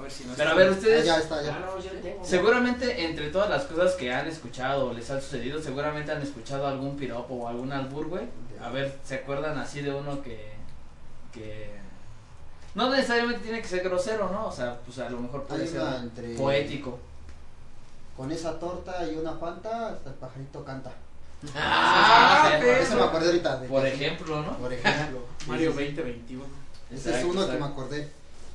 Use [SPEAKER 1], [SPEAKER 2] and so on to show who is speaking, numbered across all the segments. [SPEAKER 1] ver si no
[SPEAKER 2] Pero a ver,
[SPEAKER 3] Ah,
[SPEAKER 2] ustedes.
[SPEAKER 3] ya está, ya.
[SPEAKER 2] Seguramente entre todas las cosas que han escuchado o les han sucedido, seguramente han escuchado algún piropo o algún albur, güey. A ver, ¿se acuerdan así de uno que que no necesariamente tiene que ser grosero, ¿no? O sea, pues a lo mejor puede
[SPEAKER 3] Hay
[SPEAKER 2] ser
[SPEAKER 3] una entre.
[SPEAKER 2] poético.
[SPEAKER 3] Con esa torta y una fanta, hasta el pajarito canta.
[SPEAKER 1] Ah,
[SPEAKER 2] No sé,
[SPEAKER 1] pero-
[SPEAKER 3] Eso me acordé ahorita. de-
[SPEAKER 2] Por ejemplo, ¿no?
[SPEAKER 3] Por ejemplo.
[SPEAKER 1] Mario
[SPEAKER 3] Sí, sí,
[SPEAKER 1] 2021.
[SPEAKER 3] sí. Ese es
[SPEAKER 2] Exacto,
[SPEAKER 3] uno que
[SPEAKER 2] exacto.
[SPEAKER 3] me acordé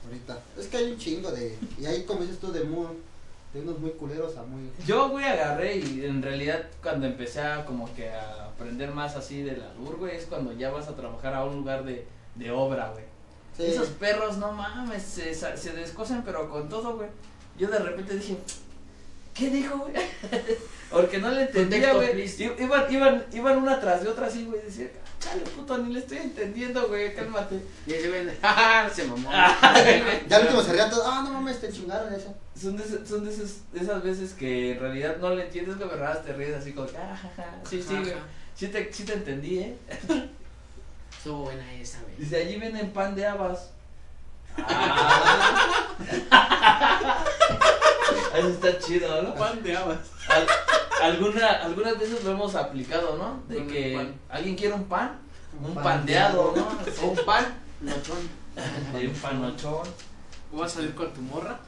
[SPEAKER 3] ahorita. Es que hay un chingo de. Y ahí, como dices tú, de, muy, de unos muy culeros a muy.
[SPEAKER 2] Yo, güey, agarré y en realidad cuando empecé a como que a aprender más así del albur, güey, es cuando ya vas a trabajar a un lugar de, de obra, güey.
[SPEAKER 3] Sí.
[SPEAKER 2] Esos perros, no mames, se, sa- se descosen pero con todo, güey. Yo de repente dije, ¿qué dijo, güey? Porque no le entendía,
[SPEAKER 4] Contexto,
[SPEAKER 2] güey.
[SPEAKER 4] please.
[SPEAKER 2] I- Iban, iban, iban una tras de otra así, güey. Decía, chale, puto, ni le estoy entendiendo, güey, cálmate.
[SPEAKER 4] Y ese güey, ¡ah! Se mamó.
[SPEAKER 3] Ya al último se rían todos. Ah, no mames, te chingaron eso.
[SPEAKER 2] Son, de, ese- son de, esas, de esas veces que en realidad no le entiendes, güey, pero nada más te ríes así como, que, ah, ja, ja, sí, sí, güey.
[SPEAKER 4] Ajá.
[SPEAKER 2] Sí te, sí te entendí, ¿eh?
[SPEAKER 4] Estuvo buena esa, güey.
[SPEAKER 2] Dice, allí venden pan de habas. Ah. Eso está chido, ¿no?
[SPEAKER 1] Pan de habas.
[SPEAKER 2] Al- alguna, algunas veces lo hemos aplicado, ¿no? De
[SPEAKER 1] Con el
[SPEAKER 2] que
[SPEAKER 1] pan.
[SPEAKER 2] alguien quiere un pan, un pandeado, ¿no?
[SPEAKER 4] O un pan, nochón.
[SPEAKER 2] De un panochón,
[SPEAKER 1] ¿Vas a salir con tu morra?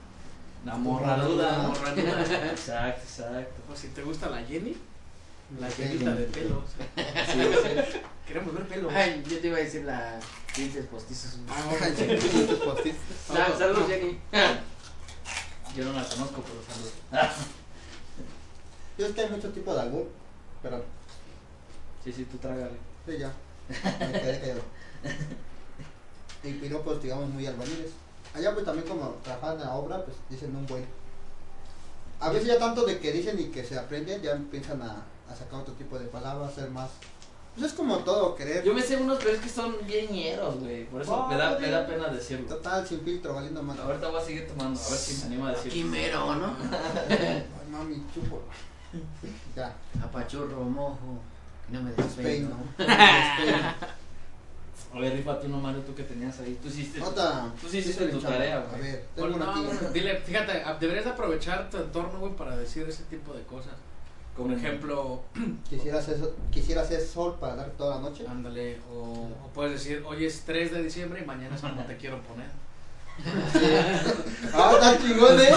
[SPEAKER 2] la morraduda. ¿no?
[SPEAKER 1] Morra nueva.
[SPEAKER 2] Exacto, exacto.
[SPEAKER 1] O si te gusta la Jenny, la
[SPEAKER 3] Sí.
[SPEAKER 1] Jennita de pelos. Queremos ver pelo.
[SPEAKER 4] Ay, yo te iba a decir la dientes postizos.
[SPEAKER 1] Ah,
[SPEAKER 4] Sa- Saludos, Jenny.
[SPEAKER 2] Yo no la conozco, pero saludos. Ah,
[SPEAKER 3] Yo es que hay mucho tipo de albur. Pero,
[SPEAKER 2] Sí, sí, tú trágale.
[SPEAKER 3] sí, ya. Me quedé callado. Y piropos, digamos, muy albaniles. Allá, pues también, como trabajan en la obra, pues dicen un buen. A veces, ya tanto de que dicen y que se aprenden, ya empiezan a, a sacar otro tipo de palabras, ser más. Pues es como todo, querer.
[SPEAKER 2] Yo me sé unos, pero es que son bien ñeros, güey. Por eso me, da, me da pena decirlo.
[SPEAKER 3] Total, sin filtro, valiendo más.
[SPEAKER 2] Ahorita voy a seguir tomando, a ver si me animo a decirlo.
[SPEAKER 4] Quimero, ¿no?
[SPEAKER 3] Ay, mami, chupo. Ya,
[SPEAKER 4] Apachurro, mojo. No me
[SPEAKER 3] despeino.
[SPEAKER 4] despeino.
[SPEAKER 3] Despeino.
[SPEAKER 2] A ver, rifa tú no, Mario, tú que tenías ahí. Tú hiciste.
[SPEAKER 3] Otra.
[SPEAKER 2] Tú sí hiciste
[SPEAKER 3] Dile,
[SPEAKER 2] tu
[SPEAKER 3] chavo.
[SPEAKER 2] tarea,
[SPEAKER 3] A
[SPEAKER 2] güey.
[SPEAKER 3] ver,
[SPEAKER 1] Oh,
[SPEAKER 3] tengo una
[SPEAKER 1] no,
[SPEAKER 3] tía.
[SPEAKER 1] dile, fíjate, a- deberías de aprovechar tu entorno, güey, para decir ese tipo de cosas. Por
[SPEAKER 2] Como-
[SPEAKER 1] ejemplo,
[SPEAKER 3] Quisiera hacer, so- quisiera hacer sol para dar toda la noche.
[SPEAKER 1] ándale, o, o puedes decir, hoy es 3 de diciembre y mañana es como te quiero poner.
[SPEAKER 3] ¡Ah, está chingón ese!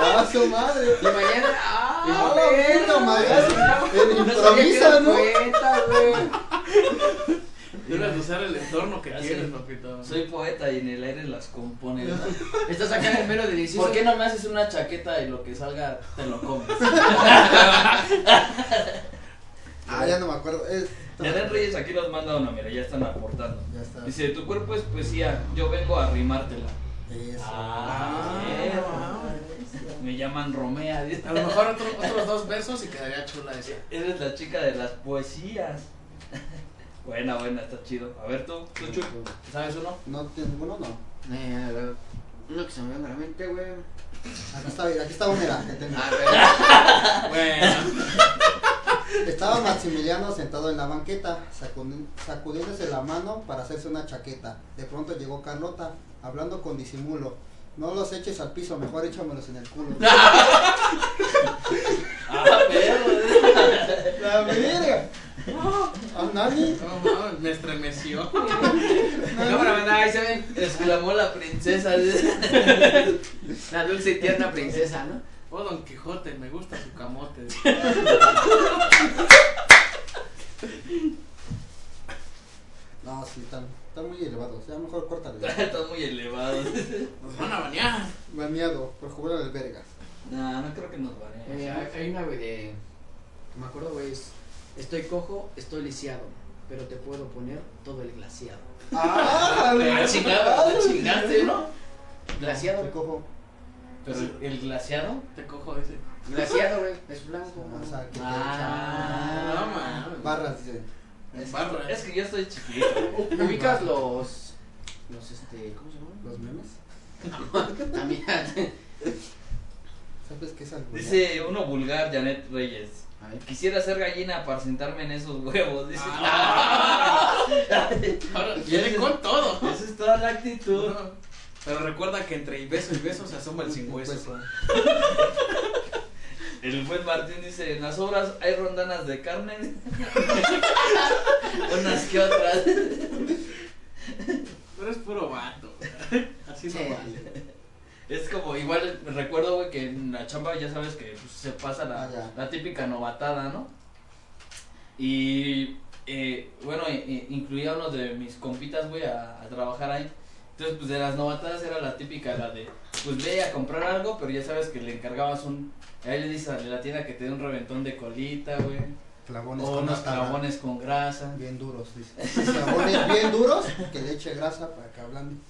[SPEAKER 3] ¡Ah, su madre!
[SPEAKER 4] Y mañana. ¡Ah!
[SPEAKER 3] ¡Ah, la
[SPEAKER 4] güey!
[SPEAKER 3] verga, madre! El
[SPEAKER 4] No sabía que
[SPEAKER 3] improviso,
[SPEAKER 4] era
[SPEAKER 3] ¿no?
[SPEAKER 4] poeta, güey.
[SPEAKER 1] Debes de usar el entorno que
[SPEAKER 2] Ya
[SPEAKER 1] tienes,
[SPEAKER 2] sé.
[SPEAKER 1] papito.
[SPEAKER 2] Soy poeta y en el aire las compone. ¿verdad?
[SPEAKER 4] Estás acá en el mero delicioso.
[SPEAKER 2] ¿Por qué no me haces una chaqueta y lo que salga te lo comes?
[SPEAKER 3] Ah, ya no me acuerdo. Es-
[SPEAKER 2] Yanet Reyes aquí nos manda una, mira, ya están aportando.
[SPEAKER 3] Ya está.
[SPEAKER 2] Dice, tu cuerpo es poesía, yo vengo a rimártela.
[SPEAKER 3] Eso.
[SPEAKER 2] Ah, Me llaman Romea, dice.
[SPEAKER 1] A lo mejor otro- otros dos versos y quedaría chula esa.
[SPEAKER 2] Eres la chica de las poesías. Buena, buena, está chido. A ver tú, tú Chuy, ¿sabes uno?
[SPEAKER 3] No, ¿tienes ninguno? No.
[SPEAKER 4] Eh, a ver, uno que se me venga a la mente, güey.
[SPEAKER 3] Aquí está, mira, aquí está una era que tengo.
[SPEAKER 4] A ver.
[SPEAKER 1] Bueno,
[SPEAKER 3] Estaba Maximiliano sentado en la banqueta, sacudi- sacudiéndose la mano para hacerse una chaqueta. De pronto llegó Carlota, hablando con disimulo. No los eches al piso, mejor échamelos en el culo.
[SPEAKER 2] Ah, perro.
[SPEAKER 3] ¡La verga! ¡A Nani!
[SPEAKER 1] no mames, me estremeció.
[SPEAKER 4] Cámara, ahí se ven.
[SPEAKER 2] Exclamó la princesa. dice.
[SPEAKER 4] La dulce y tierna princesa, ¿no?
[SPEAKER 1] Oh, Don Quijote, me gusta su camote.
[SPEAKER 3] No, sí, están, están muy elevados. Ya mejor córtale.
[SPEAKER 2] Está muy elevado.
[SPEAKER 1] Nos van a bañar.
[SPEAKER 3] Baneado por jugar al verga.
[SPEAKER 2] No, no creo que nos vayan.
[SPEAKER 4] Eh, hay- hay una, güey, de. Me acuerdo, güey, es. Estoy cojo, estoy lisiado. Pero te puedo poner todo el glaciado.
[SPEAKER 3] ¡Ah!
[SPEAKER 2] Ah, chingado, te chingaste, ¿no?
[SPEAKER 3] Te
[SPEAKER 4] Glaciado.
[SPEAKER 3] cojo.
[SPEAKER 2] Pero el glaciado.
[SPEAKER 1] Te cojo ese.
[SPEAKER 4] Glaciado, güey. Es blanco.
[SPEAKER 3] O sea, que te
[SPEAKER 1] No
[SPEAKER 2] Ah,
[SPEAKER 1] mames.
[SPEAKER 3] echa barras, dice.
[SPEAKER 1] Es barra.
[SPEAKER 2] Es que yo estoy chiquito. güey.
[SPEAKER 4] ¿Te ubicas los. Los, este. ¿Cómo se
[SPEAKER 3] ¿Los memes?
[SPEAKER 4] llama? También.
[SPEAKER 3] ¿Sabes qué es algo?
[SPEAKER 2] Dice uno vulgar, Janet Reyes.
[SPEAKER 4] A ver.
[SPEAKER 2] Quisiera ser gallina para sentarme en esos huevos. Dice. Ah.
[SPEAKER 1] Ah. Ahora viene con todo.
[SPEAKER 2] Esa es toda la actitud.
[SPEAKER 1] Pero recuerda que entre beso y beso se asoma el sin hueso.
[SPEAKER 2] El buen Martín dice, en las obras hay rondanas de carne. Unas que otras.
[SPEAKER 1] Pero es puro vato. Así no
[SPEAKER 4] Sí.
[SPEAKER 1] vale.
[SPEAKER 2] Es como, igual recuerdo, güey, que en la chamba ya sabes que pues, se pasa la,
[SPEAKER 3] Ah, ya.
[SPEAKER 2] la típica novatada, ¿no? Y, eh, bueno, i- i- incluía a unos de mis compitas, güey, a, a trabajar ahí. Entonces, pues de las novatadas era la típica, la de, pues ve a comprar algo, pero ya sabes que le encargabas un. Ahí le dices a la tienda que te dé un reventón de colita, güey.
[SPEAKER 3] Clavones
[SPEAKER 2] O
[SPEAKER 3] con
[SPEAKER 2] unos
[SPEAKER 3] hasta la-
[SPEAKER 2] clavones con grasa.
[SPEAKER 3] Bien duros, dice. Clavones bien duros, que le eche grasa para que hablando.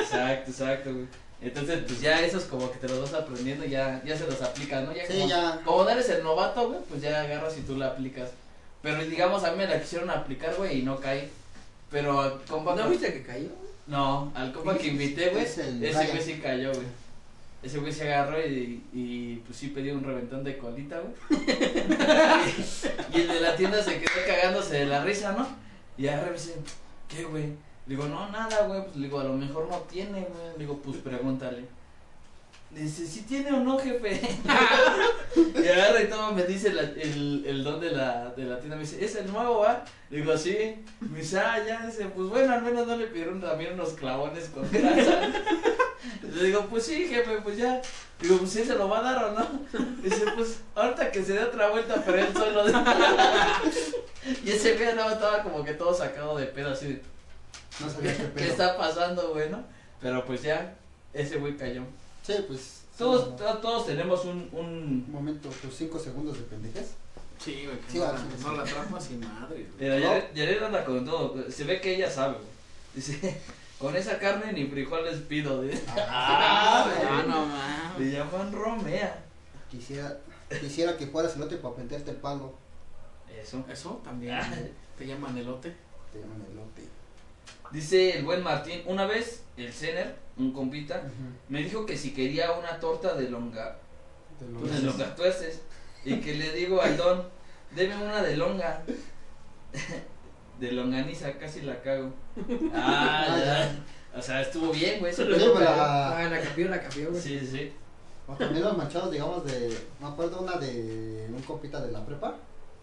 [SPEAKER 2] Exacto, exacto, güey. Entonces, pues ya esos como que te los vas aprendiendo, ya, ya se los aplicas, ¿no? Ya
[SPEAKER 3] Sí,
[SPEAKER 2] como,
[SPEAKER 3] ya.
[SPEAKER 2] como no eres el novato, güey, pues ya agarras y tú la aplicas. Pero digamos, a mí me la quisieron aplicar, güey, y no caí. Pero al compa...
[SPEAKER 4] ¿No viste que cayó?
[SPEAKER 2] No, al compa que invité, güey,
[SPEAKER 3] Es el
[SPEAKER 2] ese
[SPEAKER 3] Ryan.
[SPEAKER 2] güey sí cayó, güey. Ese güey se agarró y, y pues sí pedí un reventón de colita, güey. y, el de la tienda se quedó cagándose de la risa, ¿no? Y agarré y me dice, ¿qué, güey? Le digo, no, nada, güey. Pues le digo, a lo mejor no tiene, güey. Le digo, pues pregúntale. Dice, ¿sí tiene o no, jefe? y agarra y toma, me dice la- el, el don de la, de la tienda. Me dice, ¿es el nuevo, va? Le digo, sí. Me dice, ah, ya, dice, pues bueno, al menos no le pidieron también unos clavones con grasa. Le digo, pues sí, jefe, pues ya. Digo, pues sí, se lo va a dar o no. Dice, pues ahorita que se dé otra vuelta, pero él solo. y ese güey andaba- estaba como que todo sacado de pedo, así de,
[SPEAKER 3] No sabía qué
[SPEAKER 2] ¿qué
[SPEAKER 3] pedo.
[SPEAKER 2] está pasando, güey, no? Pero pues ya, ese güey cayó.
[SPEAKER 3] Sí, pues.
[SPEAKER 2] Todos,
[SPEAKER 3] sí,
[SPEAKER 2] to- todos tenemos un,
[SPEAKER 3] Un
[SPEAKER 2] un...
[SPEAKER 3] momento, tus 5 segundos de pendejez.
[SPEAKER 1] Sí, güey. que
[SPEAKER 3] Sí,
[SPEAKER 1] no,
[SPEAKER 3] vale,
[SPEAKER 1] la-
[SPEAKER 3] sí,
[SPEAKER 1] no
[SPEAKER 3] sí.
[SPEAKER 1] la trampa sin madre. güey.
[SPEAKER 2] Mira, Yaret- Yaret anda con todo, se ve que ella sabe, güey. Dice, con esa carne ni frijoles pido, dice.
[SPEAKER 3] Ah, sí.
[SPEAKER 4] no, no mames.
[SPEAKER 2] Le llaman Romea.
[SPEAKER 3] Quisiera, quisiera que fueras elote para penderte el palo.
[SPEAKER 2] Eso.
[SPEAKER 1] Eso también.
[SPEAKER 2] Ah.
[SPEAKER 1] güey. Te llaman elote.
[SPEAKER 3] Te llaman elote.
[SPEAKER 2] Dice el buen Martín, una vez el Cener, un compita, me dijo que si quería una torta de longa, pues,
[SPEAKER 3] Te lo
[SPEAKER 2] de
[SPEAKER 3] dices.
[SPEAKER 2] longa tuerces, y que le digo al don, deme una de longa. De longaniza, casi la cago. Ah, ya. O sea, estuvo bien, güey. eso
[SPEAKER 3] Oye,
[SPEAKER 2] lo
[SPEAKER 3] pero
[SPEAKER 2] superó.
[SPEAKER 3] la-
[SPEAKER 4] Ah, la capió, la capió, güey.
[SPEAKER 2] Sí, sí, sí.
[SPEAKER 3] o también los manchados, digamos, de. Me acuerdo una de un compita de la prepa,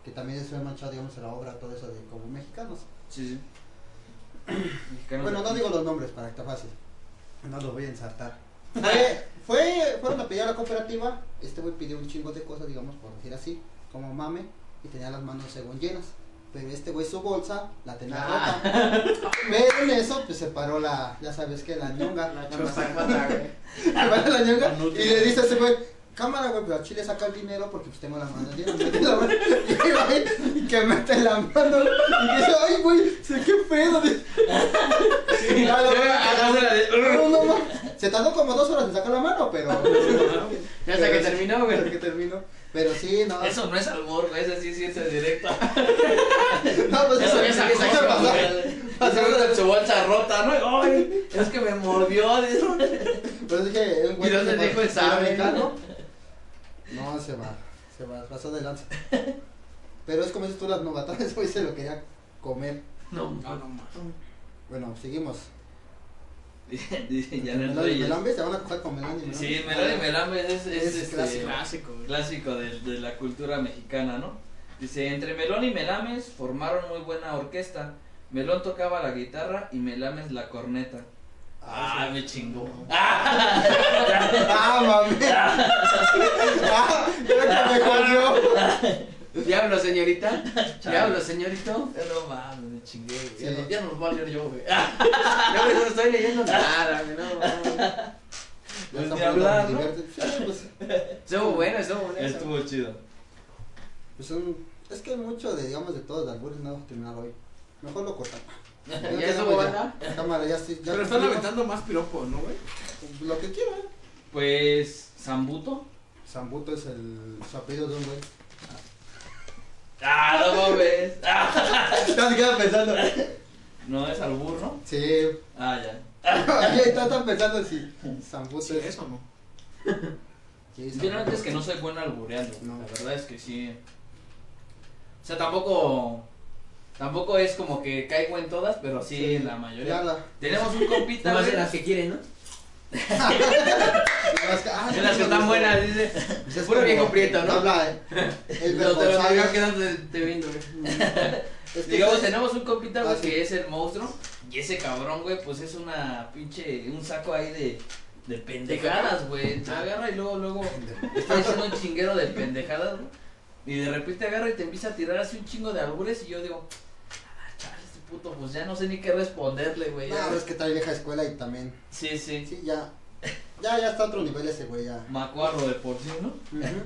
[SPEAKER 3] que también se ve manchado, digamos, en la obra, todo eso de como mexicanos.
[SPEAKER 2] sí, sí. Mexicanos
[SPEAKER 3] Bueno,
[SPEAKER 2] de-
[SPEAKER 3] no digo los nombres para que está fácil. No los voy a ensartar. Fue, fue, fueron a pedir a la cooperativa. Este güey pidió un chingo de cosas, digamos, por decir así, como mame, y tenía las manos según llenas. Pero este güey su bolsa la tenía
[SPEAKER 2] Ah.
[SPEAKER 3] rota. Pero en eso, pues se paró la, ya sabes que, la ñonga.
[SPEAKER 1] La
[SPEAKER 3] Se
[SPEAKER 1] choza.
[SPEAKER 3] paró la ñonga
[SPEAKER 1] La
[SPEAKER 3] y
[SPEAKER 1] nutria.
[SPEAKER 3] le dice a ese güey, cámara, güey, pero al chile saca el dinero porque pues tengo las manos llenas. Mete la mano. Y el güey que mete la mano. Y dice, ay, güey, sé qué pedo. Y ya lo veo que la- no, no, no. Se tardó como dos horas en sacar la mano, pero.
[SPEAKER 4] Ya hasta que terminó, güey.
[SPEAKER 3] Hasta que terminó. Pero sí, no.
[SPEAKER 2] Eso no es albor, güey. Ese sí, sí, es directo.
[SPEAKER 3] No, pues
[SPEAKER 2] Ya
[SPEAKER 3] eso
[SPEAKER 2] sabía
[SPEAKER 3] eso
[SPEAKER 2] esa cosa,
[SPEAKER 3] se pasó.
[SPEAKER 2] güey. Seguro de su bolsa rota, ¿no? Ay, es que me mordió. dice.
[SPEAKER 3] Pero dije, es un güey
[SPEAKER 2] Y no
[SPEAKER 3] que
[SPEAKER 2] se
[SPEAKER 3] va-
[SPEAKER 2] dijo el sabe.
[SPEAKER 3] americano. No, se va. Se va, pasó de lanza. Pero es como dices tú las novatadas, hoy se lo quería comer.
[SPEAKER 2] Ah, No,
[SPEAKER 1] No, no más.
[SPEAKER 3] Bueno, seguimos.
[SPEAKER 2] Dice, dice Janet
[SPEAKER 3] Melón y
[SPEAKER 2] Reyes.
[SPEAKER 3] Melambes, se van a coger con Melón y Melambes.
[SPEAKER 2] Sí, Melón y Melambes es, es,
[SPEAKER 3] Es
[SPEAKER 2] este,
[SPEAKER 3] clásico.
[SPEAKER 1] Clásico, güey.
[SPEAKER 2] clásico de, de la cultura mexicana, ¿no? Dice, entre Melón y Melames formaron muy buena orquesta. Melón tocaba la guitarra y Melames la corneta. Ah, me chingó.
[SPEAKER 3] Ah, mami. Ah, creo que me corrió.
[SPEAKER 4] Diablo, señorita. Diablo, señorito.
[SPEAKER 2] No mames, me chingué, güey. Ya
[SPEAKER 3] Sí.
[SPEAKER 2] no- Ya nos va a leer yo, güey.
[SPEAKER 1] Ah.
[SPEAKER 4] Yo pues, no estoy leyendo nada, güey. No, mames.
[SPEAKER 3] Ya
[SPEAKER 2] Ni
[SPEAKER 3] está
[SPEAKER 2] hablar,
[SPEAKER 3] poniendo
[SPEAKER 2] ¿no?
[SPEAKER 3] divertido. Sí, pues.
[SPEAKER 4] Estuvo bueno, estuvo bueno.
[SPEAKER 2] Estuvo chido.
[SPEAKER 3] Pues son- es que hay mucho de, digamos, de todos los albures, no vamos a terminar hoy. Mejor lo cortamos.
[SPEAKER 4] ¿Ya
[SPEAKER 3] tenemos
[SPEAKER 4] estuvo, banda?
[SPEAKER 3] Cámara, ya sí. Ya
[SPEAKER 1] Pero están
[SPEAKER 3] cumplimos
[SPEAKER 1] aventando más piropos, ¿no, güey?
[SPEAKER 3] Lo que quieran.
[SPEAKER 2] Pues, Zambuto.
[SPEAKER 3] Zambuto es el su apellido de un güey.
[SPEAKER 2] Ah, no mames. Ah.
[SPEAKER 3] Ya se quedan pensando.
[SPEAKER 2] No es albur, ¿no?
[SPEAKER 3] Sí.
[SPEAKER 2] Ah, ya.
[SPEAKER 3] Ahí están tan pensando si Zambuto
[SPEAKER 1] Sí,
[SPEAKER 3] es.
[SPEAKER 1] eso no.
[SPEAKER 3] Sí,
[SPEAKER 2] Yo la
[SPEAKER 3] Zambuto.
[SPEAKER 2] neta es que no soy bueno albureando.
[SPEAKER 3] No.
[SPEAKER 2] La verdad es que sí. O sea, tampoco. Tampoco es como que caigo en todas, pero sí,
[SPEAKER 3] Sí.
[SPEAKER 2] en la
[SPEAKER 3] Ya
[SPEAKER 2] mayoría.
[SPEAKER 3] la.
[SPEAKER 2] Tenemos un compita,
[SPEAKER 4] Nada más
[SPEAKER 2] güey,
[SPEAKER 4] de las que quieren, ¿no?
[SPEAKER 3] las que, ah,
[SPEAKER 2] de las que están buenas, dice.
[SPEAKER 3] Pues es
[SPEAKER 2] Puro
[SPEAKER 3] como-
[SPEAKER 2] viejo prieto, ¿no?
[SPEAKER 3] Habla, eh, el
[SPEAKER 4] Pero te lo
[SPEAKER 3] vergonzado.
[SPEAKER 4] veo quedándote viendo, güey.
[SPEAKER 3] Es que
[SPEAKER 2] Digamos,
[SPEAKER 3] es-
[SPEAKER 2] tenemos un compita, güey,
[SPEAKER 3] Este, Ah, sí.
[SPEAKER 2] que es el monstruo. Y ese cabrón, güey, pues es una pinche. Un saco ahí de. De pendejadas, güey. Agarra y luego, luego. Está diciendo un chinguero de pendejadas, güey. Y de repente agarra y te empieza a tirar así un chingo de albures. Y yo digo, ah, chale, este puto, pues ya no sé ni qué responderle, güey. ya".
[SPEAKER 3] No, es que trae vieja escuela y también.
[SPEAKER 2] Sí, sí.
[SPEAKER 3] Sí, ya. Ya, ya está a otro nivel ese güey, ya.
[SPEAKER 2] Macuarro de por sí, ¿no?
[SPEAKER 3] Ujú.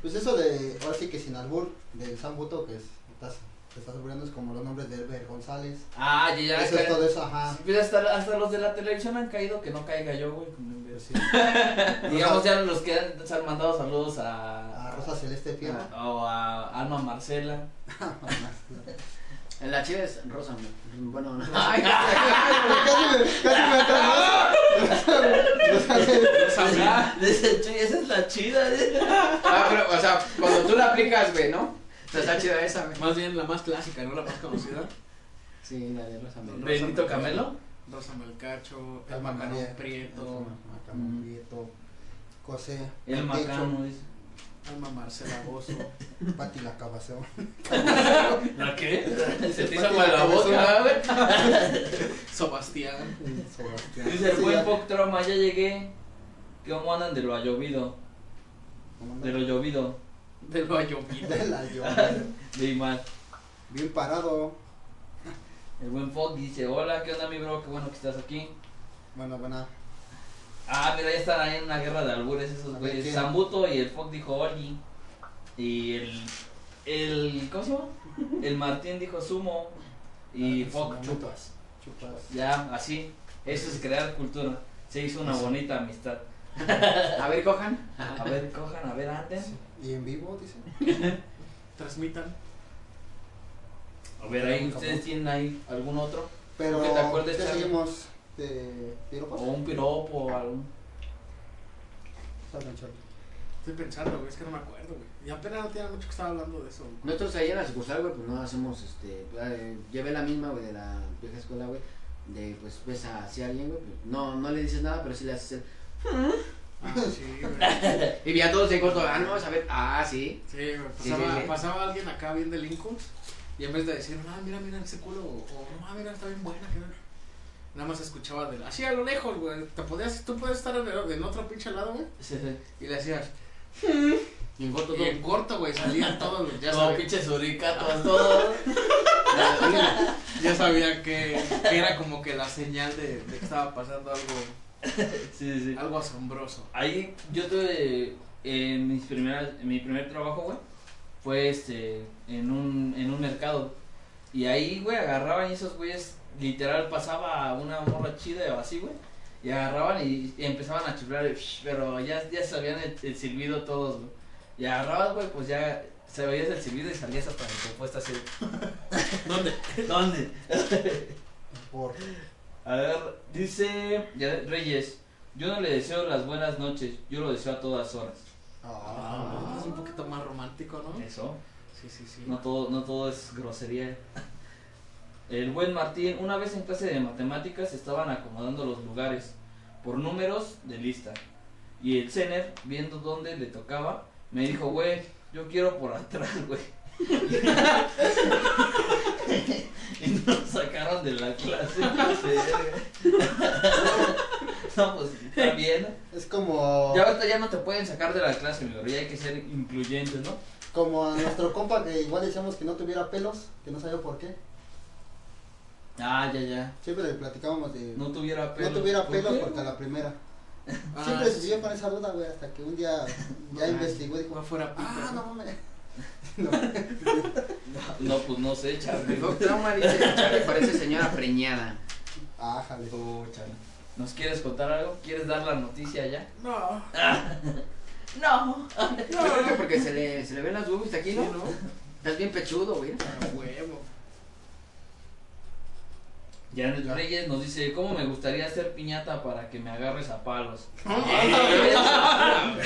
[SPEAKER 3] Pues eso de, ahora sí que sin albur, del Sambuto, que es, estás, te estás burlando, es como los nombres de Herbert González.
[SPEAKER 2] Ah, ya, ya.
[SPEAKER 3] eso es todo eso, ajá.
[SPEAKER 2] Pues hasta, hasta los de la televisión han caído que no caiga yo, güey. con el- así. Digamos ya los que han, se han mandado saludos
[SPEAKER 3] A
[SPEAKER 2] a.
[SPEAKER 3] Rosa Celeste Fierro.
[SPEAKER 2] Ah. O a Alma Marcela.
[SPEAKER 4] La chida es rosa, güey. Bueno, no.
[SPEAKER 2] Ay,
[SPEAKER 3] casi me, casi me atrapas. Rosa Celeste-
[SPEAKER 2] ah, dice, "Che, esa es la chida, ¿eh?
[SPEAKER 4] Ah, pero, o sea, cuando tú la aplicas, güey, ¿no? O sea, está chida esa, güey.
[SPEAKER 1] Más bien la más clásica, ¿no? La más conocida.
[SPEAKER 4] Sí, la de rosa, güey.
[SPEAKER 2] Benito Camelo.
[SPEAKER 1] Rosa Melcacho, el
[SPEAKER 3] Alma
[SPEAKER 1] Macarón
[SPEAKER 3] María.
[SPEAKER 1] Prieto,
[SPEAKER 3] Macarón Prieto. José.
[SPEAKER 2] El
[SPEAKER 3] Pantecho,
[SPEAKER 2] macano, dice.
[SPEAKER 1] Alma Marcela Bozo.
[SPEAKER 3] Pati la cabaceo.
[SPEAKER 2] ¿La qué? Se te hizo
[SPEAKER 3] Pati
[SPEAKER 2] agua la
[SPEAKER 3] la
[SPEAKER 2] boca,
[SPEAKER 3] cabezona.
[SPEAKER 2] güey.
[SPEAKER 1] Sebastián.
[SPEAKER 3] Sebastián.
[SPEAKER 2] Dice el
[SPEAKER 3] Sí,
[SPEAKER 2] buen
[SPEAKER 3] ya.
[SPEAKER 2] Poc Trauma, ya llegué. ¿Cómo andan de lo llovido?
[SPEAKER 3] ¿Cómo anda?
[SPEAKER 2] De lo llovido.
[SPEAKER 1] De lo Ayovido.
[SPEAKER 3] De la lluvia.
[SPEAKER 2] De Imal.
[SPEAKER 3] Bien parado.
[SPEAKER 2] El buen Poc dice, hola, ¿qué onda mi bro? Qué bueno que estás aquí.
[SPEAKER 3] Bueno, buena.
[SPEAKER 2] Ah, mira, ya están ahí en una guerra de albures esos
[SPEAKER 3] A ver,
[SPEAKER 2] güeyes.
[SPEAKER 3] ¿quién?
[SPEAKER 2] Zambuto y el Fox dijo Oli. Y el. el ¿Cómo se llama? El Martín dijo Sumo.
[SPEAKER 3] Ah,
[SPEAKER 2] Y Fox Chupa.
[SPEAKER 3] chupas. Chupas.
[SPEAKER 2] Ya, así. Eso es crear cultura. Se hizo una bonita amistad.
[SPEAKER 4] A ver, cojan.
[SPEAKER 2] A ver, cojan, a ver, anden.
[SPEAKER 3] Y en vivo, dice.
[SPEAKER 1] Transmitan.
[SPEAKER 2] A ver, ahí ustedes tienen ahí algún otro.
[SPEAKER 3] Pero,
[SPEAKER 2] ¿Qué te acuerdas,
[SPEAKER 3] ¿qué
[SPEAKER 2] Charlie? Oh.
[SPEAKER 3] seguimos? ¿De piropos?
[SPEAKER 2] O un piropo o algún.
[SPEAKER 3] Está bien, Charlie.
[SPEAKER 1] Estoy pensando, güey, es que no me acuerdo, güey. Y apenas no tiene mucho que estar hablando de eso, güey.
[SPEAKER 4] Nosotros ahí en la sucursal, güey, pues no hacemos, este, eh, llevé la misma, güey, de la vieja escuela, güey, de, pues, ves a, si alguien, güey, pues, no, no le dices nada, pero sí le haces el,
[SPEAKER 1] Ah, sí, güey.
[SPEAKER 4] y vi a todos en corto, ah, no, vas a ver, ah, sí,
[SPEAKER 1] Sí, güey.
[SPEAKER 4] Sí,
[SPEAKER 1] Pasaba,
[SPEAKER 4] sí, sí.
[SPEAKER 1] pasaba alguien acá bien delincuente y en vez de decir, ah, mira, mira ese culo, o no, ah, mira, está bien buena, que no". Nada más escuchaba de la- Así a lo lejos, güey. Te podías, tú puedes estar en, el- en otro pinche lado, güey.
[SPEAKER 2] Sí, sí.
[SPEAKER 1] Y le hacías,
[SPEAKER 4] y en corto
[SPEAKER 1] y
[SPEAKER 4] todo,
[SPEAKER 1] en corto, güey, salían todos, güey, ya
[SPEAKER 2] Como
[SPEAKER 1] sabía,
[SPEAKER 2] pinche suricatos, todo.
[SPEAKER 1] ya sabía que, que era como que la señal de, de que estaba pasando algo,
[SPEAKER 2] Sí, sí.
[SPEAKER 1] algo asombroso.
[SPEAKER 2] Ahí yo tuve eh, mis primeras, mi primer trabajo, güey, fue este en un en un mercado. Y ahí, güey, agarraban y esos güeyes literal pasaba una morra chida o así, güey. Y agarraban y, y empezaban a chiflar, y, "Shh", pero ya ya sabían el, el silbido todos, güey. Y agarrabas, güey, pues ya se veías el silbido y salías hasta mi compuesta así. ¿Dónde? ¿Dónde?
[SPEAKER 3] Por
[SPEAKER 2] A ver, dice ya, Reyes, yo no le deseo las buenas noches, yo lo deseo a todas horas.
[SPEAKER 3] Ah.
[SPEAKER 1] es un poquito más romántico, ¿no?
[SPEAKER 2] Eso.
[SPEAKER 1] Sí, sí, sí.
[SPEAKER 2] No todo, no todo es grosería. El buen Martín, una vez en clase de matemáticas estaban acomodando los lugares por números de lista. Y el Zener, viendo dónde le tocaba, me dijo, güey, yo quiero por atrás, güey. y nos sacaron de la clase. no, pues está bien.
[SPEAKER 3] Es como,
[SPEAKER 2] Ya ahorita ya no te pueden sacar de la clase, mi bro, ya hay que ser incluyentes, ¿no?
[SPEAKER 3] como a nuestro compa que igual decíamos que no tuviera pelos, que no sabía por qué.
[SPEAKER 2] Ah, ya, ya.
[SPEAKER 3] Siempre le platicábamos de no,
[SPEAKER 2] No tuviera pelo.
[SPEAKER 3] tuviera
[SPEAKER 2] ¿Por
[SPEAKER 3] pelos
[SPEAKER 2] qué,
[SPEAKER 3] porque a
[SPEAKER 2] güey?
[SPEAKER 3] la primera.
[SPEAKER 1] Ah,
[SPEAKER 3] Siempre se
[SPEAKER 1] sí.
[SPEAKER 3] siguió con esa duda, güey, hasta que un día ya
[SPEAKER 1] Ah,
[SPEAKER 3] investigó y
[SPEAKER 1] Fue
[SPEAKER 3] dijo,
[SPEAKER 1] fuera pipas,
[SPEAKER 3] ah,
[SPEAKER 1] ¿no?
[SPEAKER 3] no mames.
[SPEAKER 2] No, pues no sé, Charlie.
[SPEAKER 4] el doctor Omar dice, Charlie parece señora preñada,
[SPEAKER 3] Ah, jale.
[SPEAKER 2] Oh, Charlie. ¿Nos quieres contar algo? ¿Quieres dar la noticia ya?
[SPEAKER 1] No,
[SPEAKER 2] No.
[SPEAKER 4] yo creo que porque se le, se le ven las boobies aquí,
[SPEAKER 1] sí,
[SPEAKER 4] ¿no?
[SPEAKER 1] ¿no?
[SPEAKER 4] Estás bien pechudo, güey,
[SPEAKER 1] A huevo.
[SPEAKER 2] Janet Reyes nos dice, ¿cómo me gustaría hacer piñata para que me agarres a palos?
[SPEAKER 1] Eh,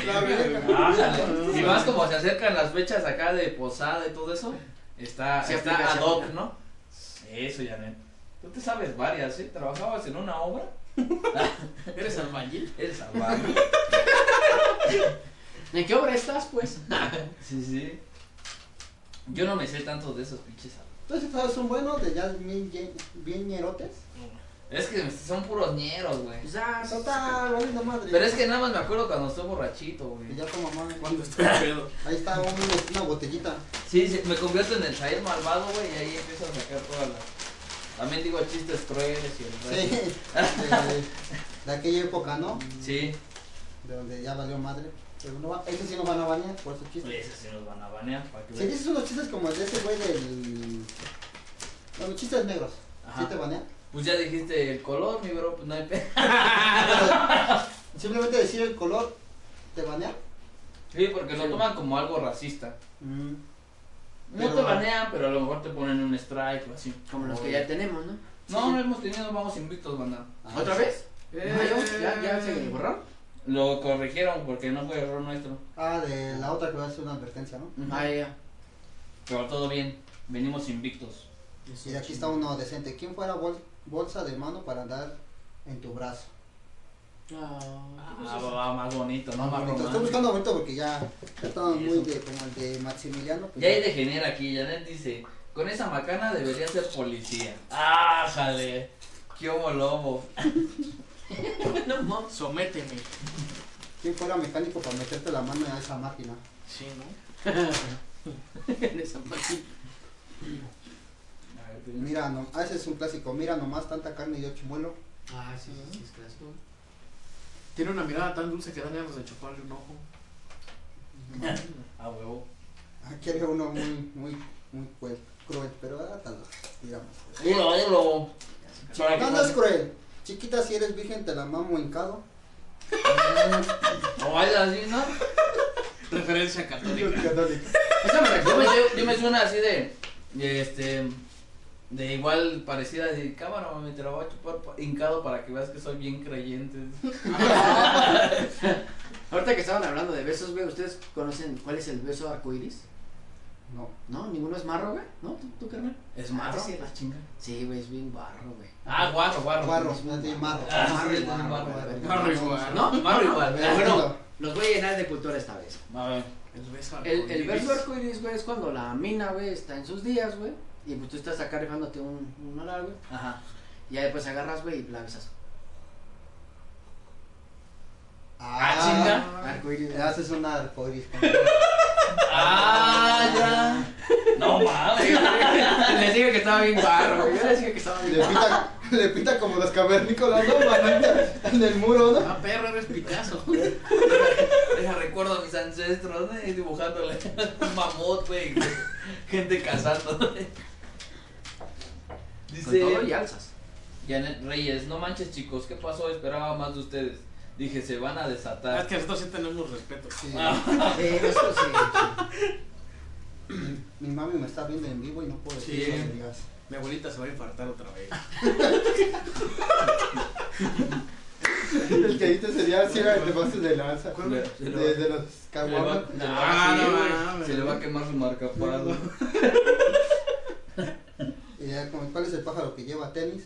[SPEAKER 3] La verga.
[SPEAKER 2] Ájale. Y más como se acercan las fechas acá de posada y todo eso, Está,
[SPEAKER 4] Sí,
[SPEAKER 2] está
[SPEAKER 4] aplica,
[SPEAKER 2] ad
[SPEAKER 4] sí,
[SPEAKER 2] hoc,
[SPEAKER 4] aplica.
[SPEAKER 2] ¿no? Eso, Janet. Tú te sabes varias, ¿sí? ¿Trabajabas en una obra?
[SPEAKER 1] ¿Eres albañil?
[SPEAKER 2] Eres salvaje.
[SPEAKER 1] ¿En qué obra estás, pues?
[SPEAKER 2] Sí, sí. Yo no me sé tantos de esos pinches salvajes.
[SPEAKER 3] Entonces, ¿sabes un bueno de ya bien, ye- bien ñerotes?
[SPEAKER 2] Es que son puros ñeros, güey.
[SPEAKER 4] Pues, ah,
[SPEAKER 3] Ah, Total, valiendo madre.
[SPEAKER 2] Pero es que nada más me acuerdo cuando estoy borrachito, güey.
[SPEAKER 3] Y ya como madre.
[SPEAKER 1] Cuando estoy pedo.
[SPEAKER 3] Ahí está un- una botellita.
[SPEAKER 2] Sí, sí, me convierto en el Said malvado, güey, y ahí empiezo a sacar todas las... También digo chistes crueles y
[SPEAKER 3] Sí.
[SPEAKER 2] el resto.
[SPEAKER 3] De, de aquella época, ¿no?
[SPEAKER 2] Sí.
[SPEAKER 3] De donde ya valió madre. Pero no va, estos sí nos van a bañar por esos chistes.
[SPEAKER 2] Esos sí nos van a banear, para que
[SPEAKER 3] Si
[SPEAKER 2] veas.
[SPEAKER 3] dices unos chistes como el de ese güey del. Bueno, chistes negros.
[SPEAKER 2] Ajá.
[SPEAKER 3] ¿Sí te banean?
[SPEAKER 2] Pues ya dijiste el color, mi bro, pues no hay pe...
[SPEAKER 3] Simplemente decir el color, ¿te banea?
[SPEAKER 2] Sí, porque lo
[SPEAKER 3] Sí.
[SPEAKER 2] toman como algo racista. No
[SPEAKER 3] Pero-
[SPEAKER 2] te banean, pero a lo mejor te ponen un strike o así.
[SPEAKER 4] Como los que ya tenemos, ¿no?
[SPEAKER 2] No, no hemos tenido vamos invictos, banda.
[SPEAKER 3] Ah,
[SPEAKER 4] ¿Otra
[SPEAKER 3] sí.
[SPEAKER 4] vez?
[SPEAKER 1] Eh,
[SPEAKER 4] No, ¿Ya, ya, ya se borraron?
[SPEAKER 2] Lo corrigieron porque no fue error nuestro.
[SPEAKER 3] Ah, de la otra que va a hacer una advertencia, ¿no?
[SPEAKER 4] Ah, ya, ya.
[SPEAKER 2] Pero todo bien, venimos invictos.
[SPEAKER 3] Y de aquí está uno decente. ¿Quién fuera bol- bolsa de mano para andar en tu brazo?
[SPEAKER 4] Ah,
[SPEAKER 2] Ah, va más bonito, ¿no? Más
[SPEAKER 3] Bonito. Estoy
[SPEAKER 2] romántico.
[SPEAKER 3] buscando bonito porque ya ya estamos
[SPEAKER 2] Sí,
[SPEAKER 3] muy
[SPEAKER 2] eso.
[SPEAKER 3] de, como el de Maximiliano. pues
[SPEAKER 2] Y ahí degenera aquí, Janet dice, con esa macana debería ser policía. ¡Ah, jale! ¡Qué homo lobo!
[SPEAKER 4] no, mames.
[SPEAKER 1] Sométeme.
[SPEAKER 3] ¿Quién fuera mecánico para meterte la mano a esa máquina?
[SPEAKER 1] Sí, ¿no?
[SPEAKER 4] En esa máquina.
[SPEAKER 2] A ver, tú-
[SPEAKER 3] Mira, no, ah, ese es un clásico. Mira nomás tanta carne y yo chimuelo.
[SPEAKER 4] Ah, sí, sí, sí, es clásico.
[SPEAKER 1] Tiene una mirada tan dulce que dan ganas de chuparle un ojo.
[SPEAKER 2] A huevo.
[SPEAKER 3] Ah, Aquí había uno muy, muy, muy cruel, cruel pero ah, tal, digamos.
[SPEAKER 2] ¡Dilo, dilo! Para Ah, que
[SPEAKER 3] No, no es cruel. Chiquita, si eres virgen, te la mamo hincado.
[SPEAKER 2] ¿O baila así, no?
[SPEAKER 1] Referencia católica.
[SPEAKER 2] Esa me recuerda- yo, me, sé- yo me suena así de, de, este, de igual parecida de cámara, mami, te la voy a chupar pa- hincado para que veas que soy bien creyente.
[SPEAKER 4] Ahorita que estaban hablando de besos, güey, ¿ustedes conocen cuál es el beso arcoíris?
[SPEAKER 3] No.
[SPEAKER 4] No, ninguno es marro, güey. ¿No? ¿Tú, tú carnal?
[SPEAKER 2] ¿Es marro?
[SPEAKER 4] Sí,
[SPEAKER 2] Ah, la chinga.
[SPEAKER 4] Sí, güey, es bien barro, güey.
[SPEAKER 2] Ah, guarro, guarro.
[SPEAKER 3] Barro, no te marro.
[SPEAKER 2] Ah, sí,
[SPEAKER 4] Marro,
[SPEAKER 2] es
[SPEAKER 4] barro,
[SPEAKER 2] barro,
[SPEAKER 4] güey.
[SPEAKER 2] barro.
[SPEAKER 1] Barro y guarro.
[SPEAKER 4] ¿No?
[SPEAKER 2] Marro igual.
[SPEAKER 4] Ah,
[SPEAKER 2] Bueno,
[SPEAKER 4] bueno, los voy a llenar de cultura esta vez.
[SPEAKER 2] a ver.
[SPEAKER 1] El beso
[SPEAKER 4] El, el
[SPEAKER 1] arcoíris.
[SPEAKER 4] verso arcoíris, güey, es cuando la mina, güey, está en sus días, güey. Y pues tú estás acá rifándote un, un oral, güey.
[SPEAKER 2] Ajá.
[SPEAKER 4] Y ya después agarras, güey, y la besas.
[SPEAKER 2] Ah,
[SPEAKER 4] Arcoíris,
[SPEAKER 3] Le
[SPEAKER 4] güey.
[SPEAKER 3] haces una arcoiris.
[SPEAKER 2] Ah, ya. No mames.
[SPEAKER 4] Les dije que estaba bien barro, güey. Yo les dije que estaba bien
[SPEAKER 3] Le pinta, le pinta como los cavernícolas, ¿no? Manita En el muro, ¿no?
[SPEAKER 1] Ah, perro, eres Picasso.
[SPEAKER 2] Deja recuerdo a mis ancestros, ¿no? Y dibujándole un mamut, güey. Gente cazando. güey.
[SPEAKER 4] Con todo y
[SPEAKER 2] Dice
[SPEAKER 4] alzas.
[SPEAKER 2] Janet Reyes, no manches chicos, ¿qué pasó? Esperaba más de ustedes. Dije, se van a
[SPEAKER 1] Es
[SPEAKER 2] desatar.
[SPEAKER 1] que nosotros sí tenemos respeto.
[SPEAKER 3] Sí.
[SPEAKER 2] Ah,
[SPEAKER 4] Sí, eso sí.
[SPEAKER 3] Mi mami me está viendo en vivo y no puedo decir
[SPEAKER 1] Sí.
[SPEAKER 3] lo que digas.
[SPEAKER 1] Mi abuelita se va a infartar otra vez.
[SPEAKER 3] El que viste sería si era el de bases de lanza.
[SPEAKER 2] Le- se le va-
[SPEAKER 3] De, de los
[SPEAKER 2] se le va-
[SPEAKER 3] caguamas.
[SPEAKER 2] se le va a-
[SPEAKER 1] Ah,
[SPEAKER 2] sí,
[SPEAKER 1] no
[SPEAKER 2] güey,
[SPEAKER 1] mames.
[SPEAKER 2] Se le va a quemar su marcapasos.
[SPEAKER 3] Y ya, como, ¿cuál es el pájaro que lleva tenis?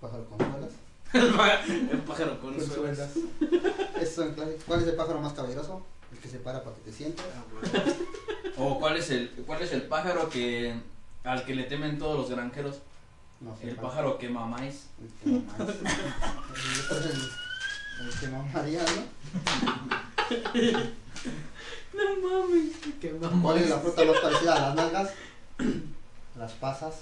[SPEAKER 3] Pájaro con alas.
[SPEAKER 1] El pa- el pájaro con
[SPEAKER 3] Con
[SPEAKER 1] suelas.
[SPEAKER 3] suelas. Esos son clásicos. ¿Cuál es el pájaro más caballeroso? El que se para para que te sientas.
[SPEAKER 1] Ah, güey.
[SPEAKER 2] O cuál es el cuál es el pájaro que al que le temen todos los granjeros,
[SPEAKER 3] No sé.
[SPEAKER 2] el
[SPEAKER 3] cuál.
[SPEAKER 2] pájaro que mamáis.
[SPEAKER 3] El que mamás. El- el que mamaría, ¿no?
[SPEAKER 2] No mames, que
[SPEAKER 3] ¿Cuál es la fruta más parecida a las nalgas? Las pasas.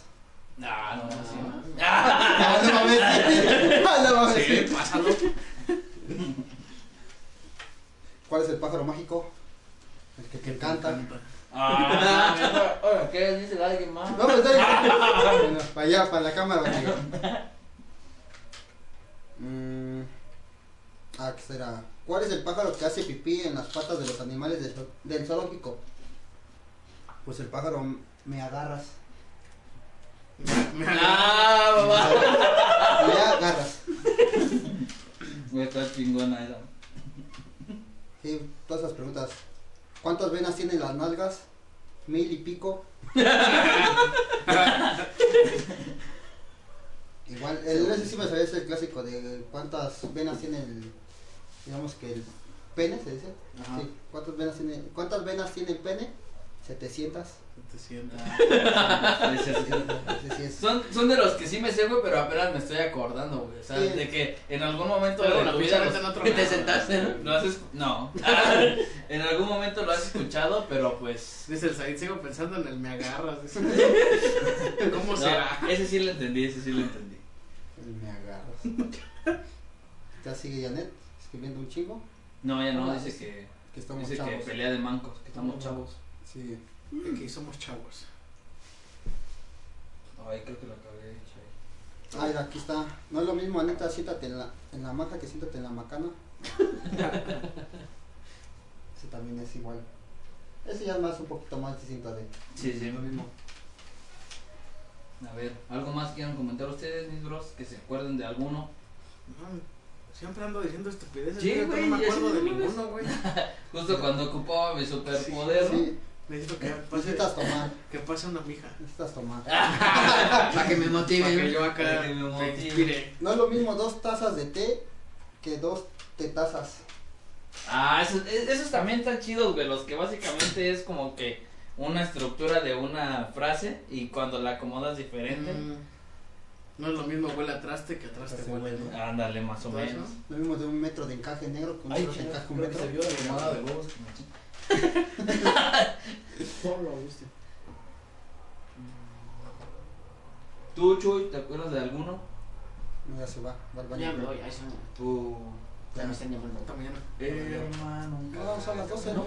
[SPEAKER 2] Ah, no, no, sí, no.
[SPEAKER 3] Ah, no mames. Ah, no mames.
[SPEAKER 1] Sí, pásalo.
[SPEAKER 3] ¿Cuál es el pájaro mágico? El que te canta.
[SPEAKER 2] Ah, ahora- ahora, ¿qué dice alguien más?
[SPEAKER 3] No, pero está bien. Bueno, para allá, para la cámara, amigo. Mm, ah, ¿qué será? ¿Cuál es el pájaro que hace pipí en las patas de los animales del, zoo- del zoológico? Pues el pájaro m- me agarras.
[SPEAKER 1] Me
[SPEAKER 2] Ah, mamá.
[SPEAKER 3] Me agarras.
[SPEAKER 2] Güey, está chingona era.
[SPEAKER 3] Sí, todas esas preguntas. ¿Cuántas venas tienen las nalgas? mil y pico. Igual, el ese sí me sabía ese clásico de cuántas venas tiene el, digamos que el pene, se dice.
[SPEAKER 4] Ajá.
[SPEAKER 3] Sí, ¿cuántas venas tiene, cuántas venas tiene el pene? 700.
[SPEAKER 1] Te sientas.
[SPEAKER 3] Ese sí es.
[SPEAKER 2] Son, son de los que sí me sé, güey, pero apenas me estoy acordando, güey. O sea,
[SPEAKER 3] Sí.
[SPEAKER 2] de que en algún momento
[SPEAKER 1] Pero
[SPEAKER 2] de
[SPEAKER 1] la
[SPEAKER 2] tu
[SPEAKER 1] pinche
[SPEAKER 2] vida
[SPEAKER 1] neta
[SPEAKER 2] los-
[SPEAKER 1] no tronaba.
[SPEAKER 2] te sentaste, ¿no? Lo has escu- no. en algún momento lo has escuchado, pero pues...
[SPEAKER 1] Dice el Said, sigo pensando en el me agarras. dice. ¿Cómo
[SPEAKER 2] no,
[SPEAKER 1] será?
[SPEAKER 2] ese sí lo entendí, ese sí lo entendí.
[SPEAKER 3] Me agarras. Ya sigue Janet escribiendo un chingo.
[SPEAKER 2] No, ya no,
[SPEAKER 3] Ah,
[SPEAKER 2] dice
[SPEAKER 3] sí.
[SPEAKER 2] que,
[SPEAKER 3] Que estamos
[SPEAKER 2] dice que
[SPEAKER 3] chavos.
[SPEAKER 2] pelea de mancos, que estamos chavos.
[SPEAKER 3] Sí.
[SPEAKER 1] Aquí somos chavos.
[SPEAKER 2] Ay, creo que lo acabé de dicho ahí.
[SPEAKER 3] Ay, aquí está. No es lo mismo, Anita, siéntate en la, en la hamaca que siéntate en la macana. Ese también es igual. Ese ya es más un poquito más distinto de
[SPEAKER 2] Sí, sí.
[SPEAKER 3] lo mismo.
[SPEAKER 2] A ver, ¿algo más quieran comentar ustedes, mis bros? Que se acuerden de alguno.
[SPEAKER 1] No, siempre ando diciendo estupideces.
[SPEAKER 2] Sí,
[SPEAKER 1] yo ya
[SPEAKER 2] güey,
[SPEAKER 1] no me
[SPEAKER 2] ya
[SPEAKER 1] acuerdo
[SPEAKER 2] sé,
[SPEAKER 1] de
[SPEAKER 2] no mames.
[SPEAKER 1] ninguno, güey.
[SPEAKER 2] Justo cuando ocupaba mi superpoder, ¿no?
[SPEAKER 3] Sí, Eh,
[SPEAKER 1] Necesito que pase,
[SPEAKER 3] pues necesitas tomar,
[SPEAKER 1] que pase una mija.
[SPEAKER 3] necesitas tomar.
[SPEAKER 4] Para
[SPEAKER 1] Para
[SPEAKER 4] que me
[SPEAKER 1] que
[SPEAKER 4] motiven.
[SPEAKER 1] yo acá
[SPEAKER 2] Para que me
[SPEAKER 1] me
[SPEAKER 2] motive.
[SPEAKER 1] inspire.
[SPEAKER 3] No es lo mismo dos tazas de té que dos tetazas.
[SPEAKER 2] Ah, esos, es- esos también están chidos, güey. Los que básicamente es como que una estructura de una frase y cuando la acomodas diferente.
[SPEAKER 1] Mm, No es lo mismo huele a traste que atrás te
[SPEAKER 3] Traste
[SPEAKER 1] huele.
[SPEAKER 3] huele.
[SPEAKER 2] Ándale, más o
[SPEAKER 1] ¿Todo eso?
[SPEAKER 2] menos.
[SPEAKER 3] Lo mismo de un metro de encaje negro que un metro de encaje un metro.
[SPEAKER 2] huevos Mm. Tú, Chuy, ¿te acuerdas de alguno?
[SPEAKER 3] No, Ya se va, va al baño.
[SPEAKER 4] Ya me voy, ahí son.
[SPEAKER 2] Tu
[SPEAKER 4] Ya me están llamando.
[SPEAKER 1] Esta mañana.
[SPEAKER 2] hermano.
[SPEAKER 3] Eh, No, son las 12, ¿no?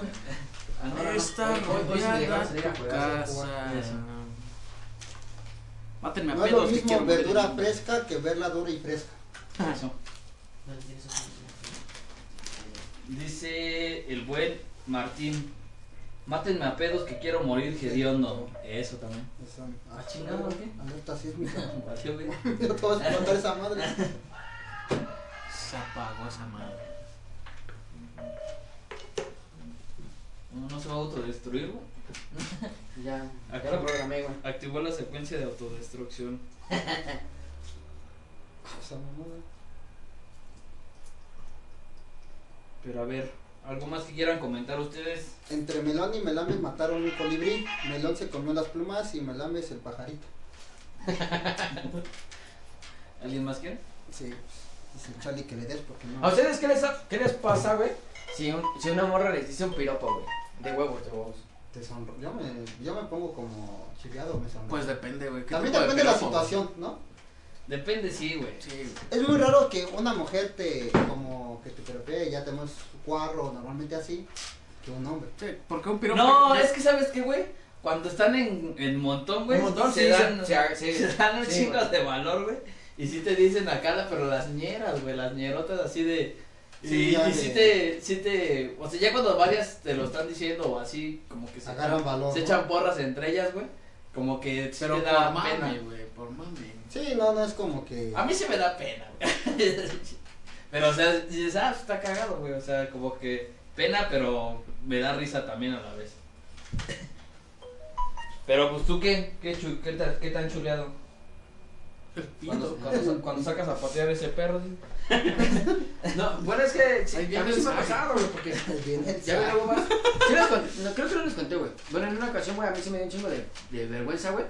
[SPEAKER 2] Ah, no, no, no.
[SPEAKER 1] Esta
[SPEAKER 2] Hoy- hoy- hoy sí
[SPEAKER 1] mañana
[SPEAKER 2] llegamos a ir a
[SPEAKER 1] tu
[SPEAKER 2] jugar.
[SPEAKER 1] casa.
[SPEAKER 2] Eso.
[SPEAKER 4] Mátenme a
[SPEAKER 3] No es
[SPEAKER 4] pedos
[SPEAKER 3] lo
[SPEAKER 4] que
[SPEAKER 3] mismo
[SPEAKER 4] quiero morir de
[SPEAKER 3] verdura
[SPEAKER 4] hambre.
[SPEAKER 3] fresca que verla dura y fresca.
[SPEAKER 2] Eso. Dice el buen Martín. Mátenme a pedos que quiero morir hediondo. Eso también.
[SPEAKER 3] Eso.
[SPEAKER 2] Ah, chingado, ¿por qué?
[SPEAKER 3] Alerta sísmica.
[SPEAKER 2] Valió, güey.
[SPEAKER 3] Yo te voy a explotar esa madre.
[SPEAKER 1] Se apagó esa madre.
[SPEAKER 2] No, no se va a autodestruir, güey.
[SPEAKER 4] Ya,
[SPEAKER 2] ¿A qué
[SPEAKER 4] ya
[SPEAKER 2] hora?
[SPEAKER 4] lo programé, güey.
[SPEAKER 2] Activó la secuencia de autodestrucción.
[SPEAKER 3] Esa mamada.
[SPEAKER 2] Pero a ver, ¿algo más que quieran comentar ustedes?
[SPEAKER 3] Entre Melón y Melames mataron un colibrí. Melón se comió las plumas y Melames el pajarito.
[SPEAKER 2] ¿Alguien más quiere?
[SPEAKER 3] Sí. Dice Charlie que le des porque no.
[SPEAKER 5] ¿A ustedes qué les, ha- qué les pasa, güey? Si, un- si una morra les dice un piropo, güey. De huevos, de huevos.
[SPEAKER 3] Te sonro- Yo me, yo me pongo como chileado, me sonro-
[SPEAKER 1] Pues depende, güey. ¿qué
[SPEAKER 3] También
[SPEAKER 1] tipo de
[SPEAKER 3] depende de la
[SPEAKER 1] piropo, güey?
[SPEAKER 3] situación, ¿no?
[SPEAKER 2] Depende, sí, güey.
[SPEAKER 1] Sí,
[SPEAKER 3] Es muy raro que una mujer te, como, que te terapee y ya tenemos cuarro, normalmente así, que un hombre.
[SPEAKER 1] sí, porque un piropo.
[SPEAKER 2] No,
[SPEAKER 1] ya-
[SPEAKER 2] es que sabes qué, güey. Cuando están en, en montón, güey,
[SPEAKER 5] Un montón,
[SPEAKER 2] se,
[SPEAKER 5] sí,
[SPEAKER 2] dan,
[SPEAKER 5] se- se- sí,
[SPEAKER 2] se dan un
[SPEAKER 5] sí,
[SPEAKER 2] chingo
[SPEAKER 5] güey.
[SPEAKER 2] de valor, güey. Y sí te dicen acá, la- pero las ñeras, güey, las ñerotas así de.
[SPEAKER 3] Sí,
[SPEAKER 2] Sí,
[SPEAKER 3] ya
[SPEAKER 2] y
[SPEAKER 3] de-
[SPEAKER 2] sí te, sí te. O sea, ya cuando varias te lo están diciendo, o así, como que se,
[SPEAKER 3] Agarran
[SPEAKER 2] echan,
[SPEAKER 3] valor.
[SPEAKER 2] se
[SPEAKER 3] ¿no?
[SPEAKER 2] echan porras entre ellas, güey. Como que sí
[SPEAKER 1] Pero
[SPEAKER 2] te
[SPEAKER 1] por
[SPEAKER 2] da
[SPEAKER 1] mami,
[SPEAKER 2] pena.
[SPEAKER 1] güey. Por mami.
[SPEAKER 3] Sí, no, no es como que.
[SPEAKER 1] Ah,
[SPEAKER 2] A mí sí me da pena, güey. pero, o sea, dices, ah, está cagado, güey. O sea, como que pena, pero me da risa también a la vez. Pero, pues, ¿tú qué? ¿Qué, chu- qué, ta- qué tan chuleado? Cuando, cuando sa- cuando sacas a patear ese perro, sí.
[SPEAKER 5] No, bueno, es que sí,
[SPEAKER 1] Ahí viene
[SPEAKER 5] a mí sí me ha
[SPEAKER 1] el saque.
[SPEAKER 5] pasado, güey, porque...
[SPEAKER 3] Viene el
[SPEAKER 4] Ya
[SPEAKER 3] saco.
[SPEAKER 4] me lo más. Sí les conté- no, creo que no les conté, güey. Bueno, en una ocasión, güey, a mí sí me dio un chingo de, de vergüenza, güey.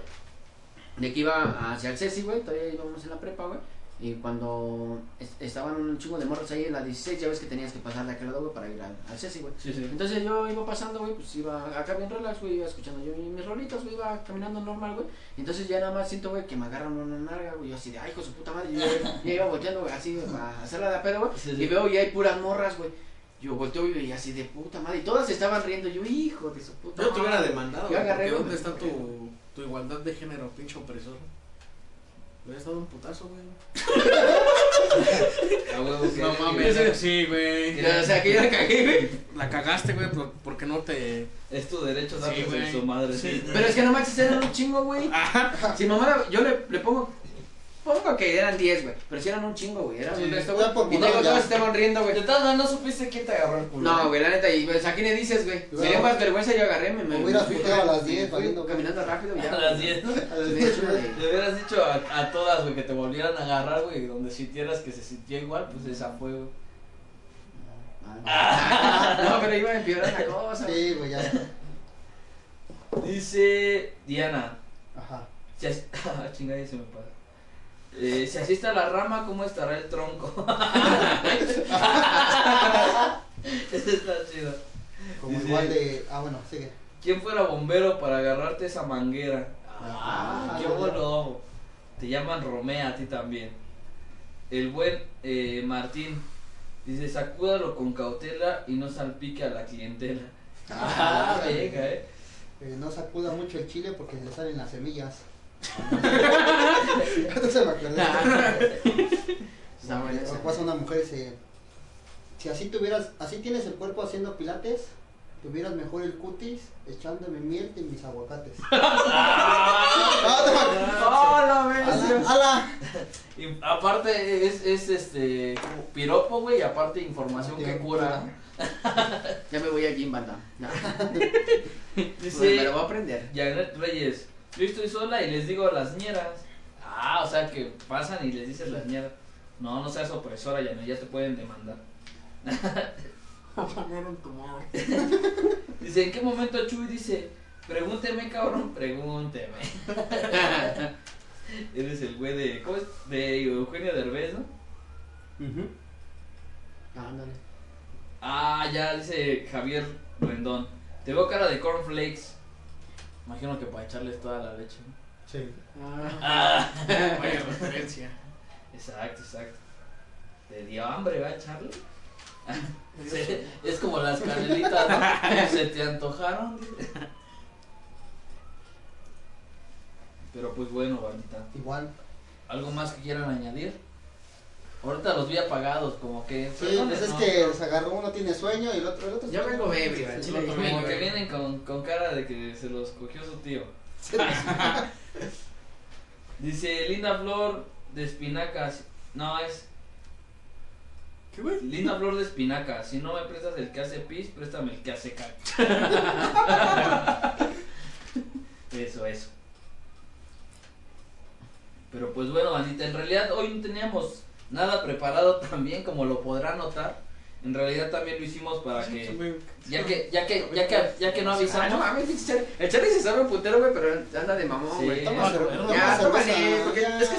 [SPEAKER 4] De que iba hacia el Ceci, güey. Todavía íbamos en la prepa, güey. Y cuando es- estaban un chingo de morros ahí en la 16, ya ves que tenías que pasar de aquel lado, güey, para ir al, al Ceci, güey.
[SPEAKER 2] Sí, sí.
[SPEAKER 4] Entonces yo iba pasando, güey, pues iba acá bien relax, güey, iba escuchando yo mis rolitas, güey, iba caminando normal, güey. Entonces ya nada más siento, güey, que me agarran una narga, güey, yo así de, ay, hijo de su puta madre, yo ya- ya iba volteando, güey, así, güey, para hacerla de a pedo, güey.
[SPEAKER 2] Sí, sí.
[SPEAKER 4] Y veo, ya hay puras morras, güey. Yo volteo güey, y así de puta madre, y todas se estaban riendo, yo, hijo de su puta
[SPEAKER 1] Yo te hubiera
[SPEAKER 4] madre".
[SPEAKER 1] demandado.
[SPEAKER 4] Yo
[SPEAKER 1] güey,
[SPEAKER 4] agarré,
[SPEAKER 1] porque
[SPEAKER 4] güey,
[SPEAKER 1] ¿Dónde está
[SPEAKER 4] porque-
[SPEAKER 1] tu, tu igualdad de género, pinche opresor? Hubiera estado un putazo, güey.
[SPEAKER 2] A huevo, que- que-
[SPEAKER 1] Sí, güey.
[SPEAKER 4] O sea, que yo la cagué, güey.
[SPEAKER 1] La cagaste, güey, por- porque no te.
[SPEAKER 2] Es tu derecho darle
[SPEAKER 1] Sí, güey.
[SPEAKER 2] su madre.
[SPEAKER 1] Sí,
[SPEAKER 2] Sí.
[SPEAKER 1] güey.
[SPEAKER 4] Pero es que no manches, eran un chingo, güey. Si mamá, yo le, le pongo Supongo que eran 10, güey. Pero sí eran un chingo, güey. Eran un
[SPEAKER 3] Sí,
[SPEAKER 4] resto,
[SPEAKER 3] ya por
[SPEAKER 4] güey. Y
[SPEAKER 3] moral,
[SPEAKER 4] luego
[SPEAKER 3] ya.
[SPEAKER 4] todos estaban riendo, güey.
[SPEAKER 5] De todas maneras, no supiste quién te agarró el culo.
[SPEAKER 4] No, güey, la neta, y pues, ¿a quién le dices, güey?
[SPEAKER 3] Claro.
[SPEAKER 4] Me dio más vergüenza, yo agarré, me, me,
[SPEAKER 3] Hubieras
[SPEAKER 4] me fui
[SPEAKER 3] puteado a las
[SPEAKER 4] me
[SPEAKER 3] 10,
[SPEAKER 4] fui
[SPEAKER 3] valiendo, güey.
[SPEAKER 4] caminando rápido y ya.
[SPEAKER 2] A las 10. Le
[SPEAKER 4] Me eché una de-
[SPEAKER 2] hubieras dicho a, a todas, güey, que te volvieran a agarrar, güey, y donde sintieras que se sintió igual, pues esa fue, güey.
[SPEAKER 1] Ah.
[SPEAKER 4] No, pero iba a empeorar la cosa.
[SPEAKER 3] Ah,
[SPEAKER 4] güey.
[SPEAKER 3] Sí, güey, ya está.
[SPEAKER 2] Dice Diana,
[SPEAKER 3] Ajá.
[SPEAKER 2] si as- Ah, chinga, ya se me pasa. Eh, si asiste a la rama, ¿cómo estará el tronco? Ese está chido.
[SPEAKER 3] Como
[SPEAKER 2] Dice-
[SPEAKER 3] igual de. Ah, bueno, sigue.
[SPEAKER 2] ¿Quién fuera bombero para agarrarte esa manguera?
[SPEAKER 3] Ah,
[SPEAKER 2] Ah, qué
[SPEAKER 3] ya.
[SPEAKER 2] bueno. Te llaman Romea a ti también. El buen eh, Martín dice, sacúdalo con cautela y no salpique a la clientela. Ah, venga, eh.
[SPEAKER 3] Eh, no sacuda mucho el chile porque se le salen las semillas. Entonces me acordé.
[SPEAKER 4] Está buena esa,
[SPEAKER 3] O pasa una mujer y se. Si así tuvieras, así tienes el cuerpo haciendo pilates, tuvieras mejor el cutis echándome miel en mis aguacates. Ah, te me-
[SPEAKER 2] ¡Hola,
[SPEAKER 3] ¡Ala! ala.
[SPEAKER 2] Y aparte es, es este como piropo, güey, y aparte información que cura.
[SPEAKER 4] Ya me voy aquí en banda. No. Me
[SPEAKER 2] Dice
[SPEAKER 4] lo voy a aprender.
[SPEAKER 2] Janet Reyes, yo estoy sola y les digo a las ñeras. Ah, o sea que pasan y les dices las ñeras. No, no seas opresora, Janet, ya te pueden demandar.
[SPEAKER 1] Ganaron tu mano.
[SPEAKER 2] Dice, ¿en qué momento Chuy dice, pregúnteme, cabrón, pregúnteme? Eres el güey de, ¿cómo es? De Eugenio Derbez, ¿no?
[SPEAKER 3] Ujú.
[SPEAKER 4] Ándale.
[SPEAKER 2] Ah, ya dice Javier Rendón. Te veo cara de cornflakes. Imagino que para echarles toda la leche. ¿no?
[SPEAKER 3] Sí.
[SPEAKER 2] Ah,
[SPEAKER 1] Vaya referencia.
[SPEAKER 2] exacto, exacto. Te dio hambre, ¿va a echarle? Se- es como las canelitas, ¿no? Se te antojaron. dice. Pero pues bueno, bandita.
[SPEAKER 3] Igual.
[SPEAKER 2] ¿Algo más que quieran añadir? Ahorita los vi apagados, como que.
[SPEAKER 3] Sí,
[SPEAKER 2] perdones,
[SPEAKER 3] pues es
[SPEAKER 2] ¿no?
[SPEAKER 3] que los agarró, uno tiene sueño y el otro. El otro
[SPEAKER 5] Yo vengo baby, güey,
[SPEAKER 3] Sí,
[SPEAKER 5] chile,
[SPEAKER 3] el otro
[SPEAKER 2] Como
[SPEAKER 3] vengo
[SPEAKER 2] que
[SPEAKER 3] baby.
[SPEAKER 2] vienen con, con cara de que se los cogió su tío. Dice Linda Flor de Espinacas. No, es
[SPEAKER 1] ¿Qué güey?
[SPEAKER 2] Linda Flor de Espinacas. Si no me prestas el que hace pis, préstame el que hace caca. eso, eso. Pero pues bueno, bandita, en realidad hoy no teníamos nada preparado también, como lo podrán notar. En realidad también lo hicimos para que... Ya que, ya que, ya que, ya que no
[SPEAKER 4] Ah, no
[SPEAKER 2] avisamos...
[SPEAKER 4] mames, pinche Charlie. El Charlie se sabe un putero, güey, pero anda de mamón,
[SPEAKER 2] Sí.
[SPEAKER 4] güey.
[SPEAKER 3] Toma
[SPEAKER 2] Ah,
[SPEAKER 3] cerve-
[SPEAKER 2] bueno.
[SPEAKER 3] toma
[SPEAKER 4] Ya,
[SPEAKER 3] cerveza,
[SPEAKER 4] tómale, porque
[SPEAKER 3] ya.
[SPEAKER 4] es que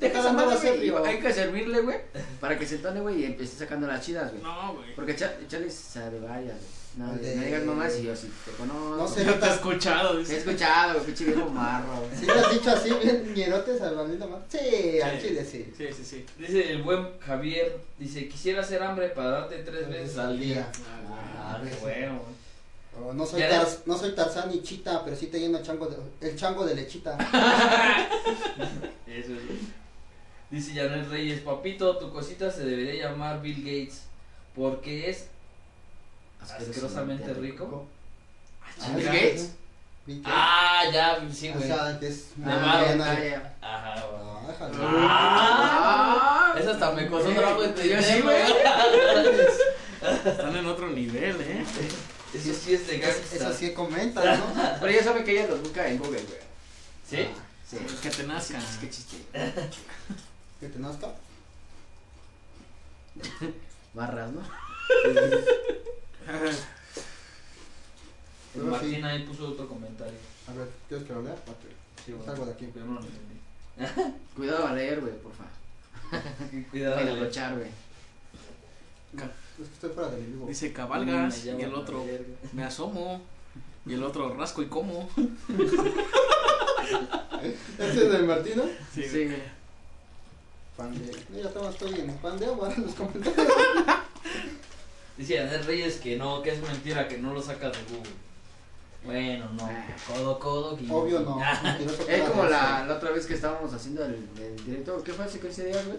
[SPEAKER 4] deja
[SPEAKER 3] Cada
[SPEAKER 4] esa
[SPEAKER 3] uno va a
[SPEAKER 4] madre,
[SPEAKER 3] ser
[SPEAKER 4] güey, y
[SPEAKER 3] yo.
[SPEAKER 4] Hay que servirle, güey, para que se entone, güey, y empiece sacando las chidas, güey.
[SPEAKER 1] No, güey.
[SPEAKER 4] Porque Cha- Charlie sabe varias, güey. No,
[SPEAKER 3] El de-
[SPEAKER 4] no digas mamás y yo sí te conozco.
[SPEAKER 3] No sé.
[SPEAKER 1] No te he escuchado,
[SPEAKER 4] Te he
[SPEAKER 1] dice.
[SPEAKER 4] escuchado, güey, pinche viejo marro, güey.
[SPEAKER 3] Si lo has dicho así, bien ñerotes al bandito más. Sí, al
[SPEAKER 1] Sí.
[SPEAKER 3] chile sí.
[SPEAKER 1] Sí, sí, sí.
[SPEAKER 2] Dice el buen Javier, dice, quisiera hacer hambre para darte tres veces al día.
[SPEAKER 3] Ah,
[SPEAKER 2] Ah, qué
[SPEAKER 3] ves.
[SPEAKER 2] bueno.
[SPEAKER 3] O Oh, no, soy
[SPEAKER 2] Ya
[SPEAKER 3] Tarz- no soy Tarzán ni Chita, pero sí te lleno el chango de, el chango de lechita.
[SPEAKER 2] Eso es. Dice Janet Reyes, papito, tu cosita se debería llamar Bill Gates, porque es asquerosamente rico.
[SPEAKER 3] Ah,
[SPEAKER 4] ¿Bill
[SPEAKER 3] ya,
[SPEAKER 4] Gates?
[SPEAKER 3] sí. Bill Gates.
[SPEAKER 2] Ah, ya, sí,
[SPEAKER 3] o
[SPEAKER 2] güey.
[SPEAKER 3] sea, que es muy
[SPEAKER 2] Ah,
[SPEAKER 3] bien,
[SPEAKER 4] Ah,
[SPEAKER 3] ahí.
[SPEAKER 4] ya.
[SPEAKER 2] Ajá, güey.
[SPEAKER 3] Ah, déjalo.
[SPEAKER 2] Ah, Eso hasta me costó trabajo
[SPEAKER 4] Yo
[SPEAKER 2] entender,
[SPEAKER 4] sí,
[SPEAKER 2] güey.
[SPEAKER 1] Están en otro nivel, eh.
[SPEAKER 2] Eso sí es de
[SPEAKER 3] Es-
[SPEAKER 2] gangsta.
[SPEAKER 3] Eso sí comenta, ¿no?
[SPEAKER 4] Pero ya sabe que ella los busca en Google, güey.
[SPEAKER 2] ¿Sí?
[SPEAKER 4] Sí. Pues
[SPEAKER 1] Que te nazcan.
[SPEAKER 4] Qué chiste.
[SPEAKER 3] Que te nazca.
[SPEAKER 4] Barras, ¿no?
[SPEAKER 2] El
[SPEAKER 3] Pero
[SPEAKER 2] Martín
[SPEAKER 3] sí.
[SPEAKER 2] ahí puso otro comentario.
[SPEAKER 3] A ver, ¿quieres que lo lea? Porque
[SPEAKER 2] Sí, güey.
[SPEAKER 3] Salgo de aquí.
[SPEAKER 2] Yo no lo entendí.
[SPEAKER 4] Cuidado a leer, güey, porfa.
[SPEAKER 2] Cuidado.
[SPEAKER 4] Cuidado a
[SPEAKER 2] güey.
[SPEAKER 4] luchar, güey.
[SPEAKER 3] Es que estoy fuera del en vivo.
[SPEAKER 1] Dice cabalgas
[SPEAKER 2] Me
[SPEAKER 1] y
[SPEAKER 2] llaman
[SPEAKER 1] el
[SPEAKER 2] a
[SPEAKER 1] otro
[SPEAKER 2] la verga.
[SPEAKER 1] me asomo y el otro rasco y como.
[SPEAKER 3] ¿Este es del Martino?
[SPEAKER 1] Sí,
[SPEAKER 4] Sí, güey.
[SPEAKER 3] Pan de. Mira, toma, estoy en pan de agua en los comentarios.
[SPEAKER 2] Dice Andrés Reyes que no, que es mentira, que no lo saca de Google. Bueno, no. Codo, codo. guiño.
[SPEAKER 3] Obvio no.
[SPEAKER 2] Ah,
[SPEAKER 3] mentiroso
[SPEAKER 4] Es como
[SPEAKER 3] cara de
[SPEAKER 4] la, la otra vez que estábamos haciendo el, el directo. ¿Qué fue ese que ese día, güey?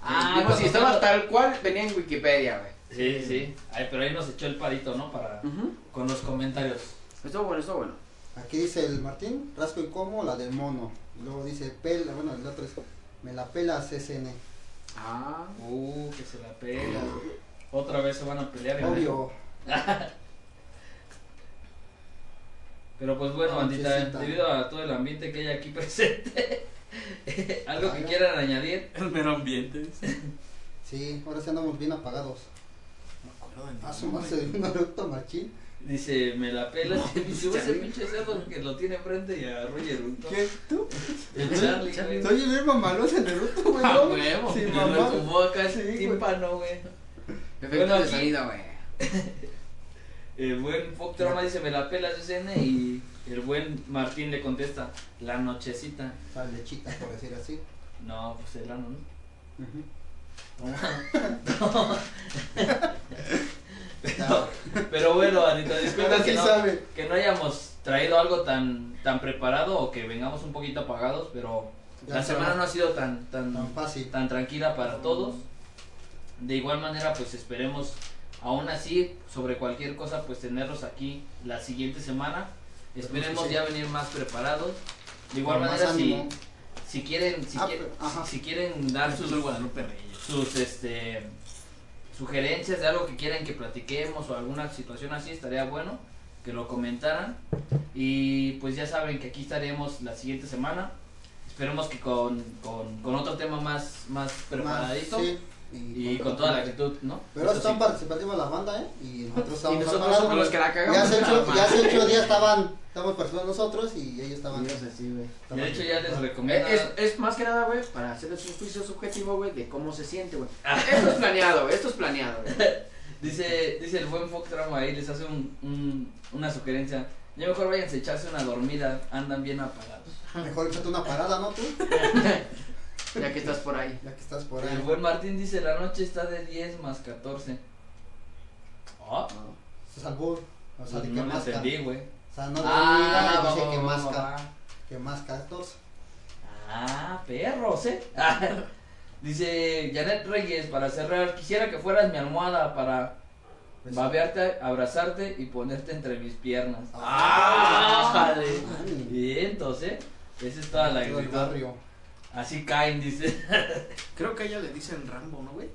[SPEAKER 2] Ah,
[SPEAKER 4] Vimos
[SPEAKER 2] cuando
[SPEAKER 4] y estaba
[SPEAKER 2] estaba-
[SPEAKER 4] tal cual, venía en Wikipedia, güey.
[SPEAKER 2] Sí, sí. Ay, pero ahí nos echó el parito, ¿no? Para, con los comentarios.
[SPEAKER 4] Estuvo bueno, estuvo bueno.
[SPEAKER 3] Aquí dice el Martín, rasco y como la del mono. Y luego dice pela, bueno, el otro es Me la pela CCN.
[SPEAKER 4] Ah,
[SPEAKER 2] Uh, que se la pela. güey. Otra vez se van a pelear. güey.
[SPEAKER 3] Obvio.
[SPEAKER 2] Pero pues bueno, bandita,
[SPEAKER 3] Nochecita.
[SPEAKER 2] debido a todo el ambiente que hay aquí presente, algo que
[SPEAKER 3] Claro.
[SPEAKER 2] quieran añadir.
[SPEAKER 1] El mero ambiente. dice.
[SPEAKER 3] Sí, ahora sí andamos bien apagados.
[SPEAKER 1] No me acuerdo
[SPEAKER 3] Ah,
[SPEAKER 1] del
[SPEAKER 3] Asomarse
[SPEAKER 1] nombre.
[SPEAKER 3] de un eructo machín.
[SPEAKER 2] Dice, me la pela, y sube ese pinche cerdo que lo tiene enfrente y a Roger Unto.
[SPEAKER 3] pues ¿Qué? ¿Tú?
[SPEAKER 2] El Charlie, güey.
[SPEAKER 3] Soy el mismo malo en eructo, güey.
[SPEAKER 2] Ah,
[SPEAKER 3] ¿no?
[SPEAKER 2] huevo.
[SPEAKER 3] Sí,
[SPEAKER 2] le
[SPEAKER 3] mamá.
[SPEAKER 2] retumbó acá el
[SPEAKER 3] Sí, güey.
[SPEAKER 2] tímpano, güey.
[SPEAKER 4] efecto
[SPEAKER 2] Bueno,
[SPEAKER 4] de
[SPEAKER 2] aquí-
[SPEAKER 4] salida, güey.
[SPEAKER 2] El buen Pop Trauma dice, me la pela CCN y el buen Martín le contesta, la nochecita.
[SPEAKER 3] La lechita, por decir así.
[SPEAKER 2] No, pues el ano, ¿no?
[SPEAKER 3] Ah,
[SPEAKER 2] Pero bueno, Anita, disculpa
[SPEAKER 3] Ahora
[SPEAKER 2] que
[SPEAKER 3] sí
[SPEAKER 2] no,
[SPEAKER 3] sabe.
[SPEAKER 2] que no hayamos traído algo tan, tan preparado o que vengamos un poquito apagados, pero
[SPEAKER 3] Ya
[SPEAKER 2] la
[SPEAKER 3] está.
[SPEAKER 2] semana no ha sido tan, tan,
[SPEAKER 3] Tan fácil.
[SPEAKER 2] tan tranquila para todos. De igual manera, pues esperemos, aún así, sobre cualquier cosa, pues tenerlos aquí la siguiente semana. Esperemos
[SPEAKER 3] sí.
[SPEAKER 2] ya venir más preparados. De igual
[SPEAKER 3] Con más
[SPEAKER 2] manera, si,
[SPEAKER 3] ánimo.
[SPEAKER 2] si quieren, si,
[SPEAKER 3] Ah,
[SPEAKER 2] quieren-
[SPEAKER 3] pero- ajá.
[SPEAKER 2] si quieren dar sus
[SPEAKER 1] Soy Guadalupe Reyes.
[SPEAKER 2] sus este sugerencias de algo que quieran que platiquemos o alguna situación así estaría bueno que lo comentaran y pues ya saben que aquí estaremos la siguiente semana esperemos que con, con, con otro tema más más preparadito
[SPEAKER 3] Sí,
[SPEAKER 2] y con toda la actitud no
[SPEAKER 3] Pero
[SPEAKER 2] Eso
[SPEAKER 3] están
[SPEAKER 2] sí.
[SPEAKER 3] participativa la banda, ¿eh? Y nosotros
[SPEAKER 4] Y
[SPEAKER 3] estábamos
[SPEAKER 4] nosotros
[SPEAKER 3] apagados.
[SPEAKER 4] somos los que la
[SPEAKER 3] Ya
[SPEAKER 4] cagamos.
[SPEAKER 3] hace, ocho,
[SPEAKER 4] Ah,
[SPEAKER 3] ya hace ocho días estaban, estamos personas nosotros y ellos estaban.
[SPEAKER 4] Dios, así, güey. Eh,
[SPEAKER 2] de hecho ya les recomiendo
[SPEAKER 4] Es, es más que nada, güey, para hacerles un juicio subjetivo, güey, de cómo se siente, güey.
[SPEAKER 2] Ah.
[SPEAKER 4] Esto es planeado, güey, esto es planeado, güey.
[SPEAKER 2] dice dice el buen Fox Tramo ahí les hace un, un- una sugerencia ya mejor vayan a echarse una dormida andan bien apagados
[SPEAKER 3] Mejor échate una parada, ¿no tú?
[SPEAKER 4] Ya que estás por ahí.
[SPEAKER 3] Ya que estás por
[SPEAKER 2] El
[SPEAKER 3] ahí.
[SPEAKER 2] buen Martín dice, la noche está de 10 más 14. Ah, pues
[SPEAKER 3] Se salvó. O sea, de que
[SPEAKER 2] no lo
[SPEAKER 3] masca.
[SPEAKER 2] entendí, güey.
[SPEAKER 3] O sea, no de
[SPEAKER 2] Ah,
[SPEAKER 3] vida,
[SPEAKER 2] va,
[SPEAKER 3] y dice
[SPEAKER 2] va,
[SPEAKER 3] que
[SPEAKER 2] va,
[SPEAKER 3] masca.
[SPEAKER 2] va.
[SPEAKER 3] Que masca, actors.
[SPEAKER 2] Ah, perros, eh. Ah, dice Janet Reyes, para cerrar, quisiera que fueras mi almohada para
[SPEAKER 3] Pues-
[SPEAKER 2] babearte, abrazarte y ponerte entre mis piernas.
[SPEAKER 3] Ah.
[SPEAKER 2] ¡Ájale!
[SPEAKER 3] Ay.
[SPEAKER 2] Bien, entonces, esa es toda la
[SPEAKER 3] Todo el
[SPEAKER 2] actitud.
[SPEAKER 3] barrio.
[SPEAKER 2] Así caen, dice.
[SPEAKER 1] Creo que a ella le dicen Rambo, ¿no, güey?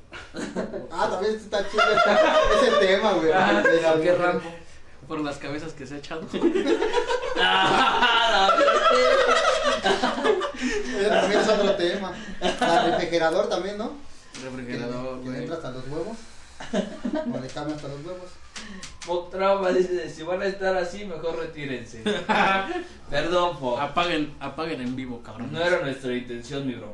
[SPEAKER 3] Ah, también está chido ese tema, güey.
[SPEAKER 2] Ah,
[SPEAKER 3] De la-
[SPEAKER 2] ¿por qué Rambo?
[SPEAKER 1] Por las cabezas que se ha echado.
[SPEAKER 2] Ah,
[SPEAKER 3] Ese también es otro tema. El refrigerador también, ¿no?
[SPEAKER 1] Refrigerador,
[SPEAKER 3] Que le- que le
[SPEAKER 1] güey.
[SPEAKER 3] entra hasta los huevos. O le cambia hasta los huevos.
[SPEAKER 2] Fox Trauma dice, si van a estar así, mejor retírense. Perdón, Fox.
[SPEAKER 1] Apaguen, apaguen en vivo, cabrón.
[SPEAKER 2] No era nuestra intención, mi bro.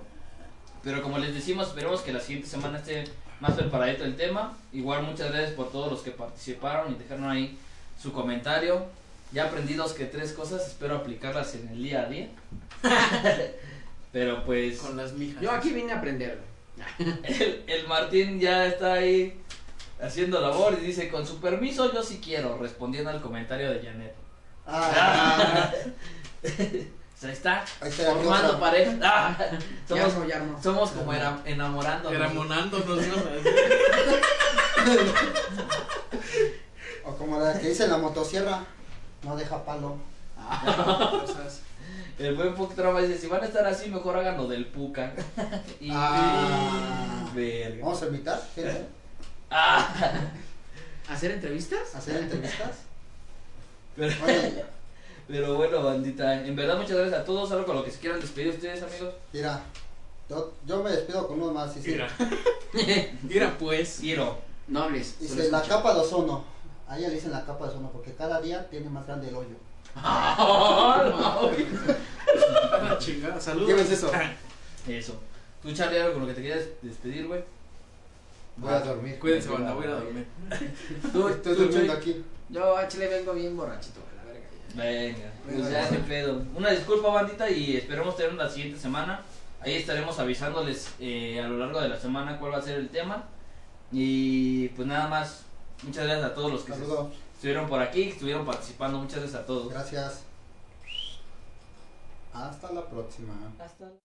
[SPEAKER 2] Pero como les decimos, esperemos que la siguiente semana esté más preparadito el tema. Igual muchas gracias por todos los que participaron y dejaron ahí su comentario. Ya aprendí dos que tres cosas, espero aplicarlas en el día a día. Pero pues...
[SPEAKER 1] Con las mijas.
[SPEAKER 4] Yo aquí vine a aprender, güey.
[SPEAKER 2] El, el Martín ya está ahí haciendo labor y dice, con su permiso yo sí quiero, respondiendo al comentario de Janet.
[SPEAKER 3] Ah,
[SPEAKER 2] Se está
[SPEAKER 3] ahí está la
[SPEAKER 2] formando
[SPEAKER 3] otra.
[SPEAKER 2] pareja. Ah,
[SPEAKER 4] Ya
[SPEAKER 2] somos,
[SPEAKER 4] no, ya no.
[SPEAKER 2] somos como era, enamorándonos.
[SPEAKER 1] Era monándonos, ¿no?
[SPEAKER 3] O como la que dice en la motosierra. No deja palo.
[SPEAKER 1] Ah, Cosas.
[SPEAKER 2] El buen Puck Trama dice, si van a estar así, mejor háganlo del Puca. y...
[SPEAKER 3] Ah.
[SPEAKER 2] Verga.
[SPEAKER 3] Vamos a invitar gente
[SPEAKER 2] Ah,
[SPEAKER 4] ¿Hacer entrevistas?
[SPEAKER 3] a hacer entrevistas.
[SPEAKER 2] pero,
[SPEAKER 3] Oye,
[SPEAKER 2] pero bueno, bandita, en verdad muchas gracias a todos. Algo con lo que se quieran despedir ustedes, amigos.
[SPEAKER 3] mira. Yo, yo me despido con uno más. Dice,
[SPEAKER 1] Mira. Mira, pues.
[SPEAKER 2] Ciro.
[SPEAKER 4] No hables.
[SPEAKER 3] dice, la capa de ozono. A ella le dicen la capa de ozono porque cada día tiene más grande el hoyo.
[SPEAKER 2] Ah,
[SPEAKER 1] A la chingada. Ah, Saludos.
[SPEAKER 3] Llévense eso.
[SPEAKER 2] Eso. Tú, Charlie, algo con lo que te quieras despedir, güey.
[SPEAKER 3] Voy a dormir.
[SPEAKER 1] Cuídense, banda. Voy a ir a dormir.
[SPEAKER 4] Tú,
[SPEAKER 3] Estoy
[SPEAKER 4] tú,
[SPEAKER 3] durmiendo
[SPEAKER 4] Chuy.
[SPEAKER 3] aquí.
[SPEAKER 4] Yo a Chile vengo bien borrachito, güey, la verga.
[SPEAKER 2] Venga, pues ya ni pedo. Una disculpa, bandita, y esperemos tenernos la siguiente semana. Ahí estaremos avisándoles eh, a lo largo de la semana cuál va a ser el tema. Y pues nada más, muchas gracias a todos los que se-
[SPEAKER 3] Saludos.
[SPEAKER 2] estuvieron por aquí, que estuvieron participando. Muchas gracias a todos.
[SPEAKER 3] Gracias. Hasta la próxima.
[SPEAKER 2] Hasta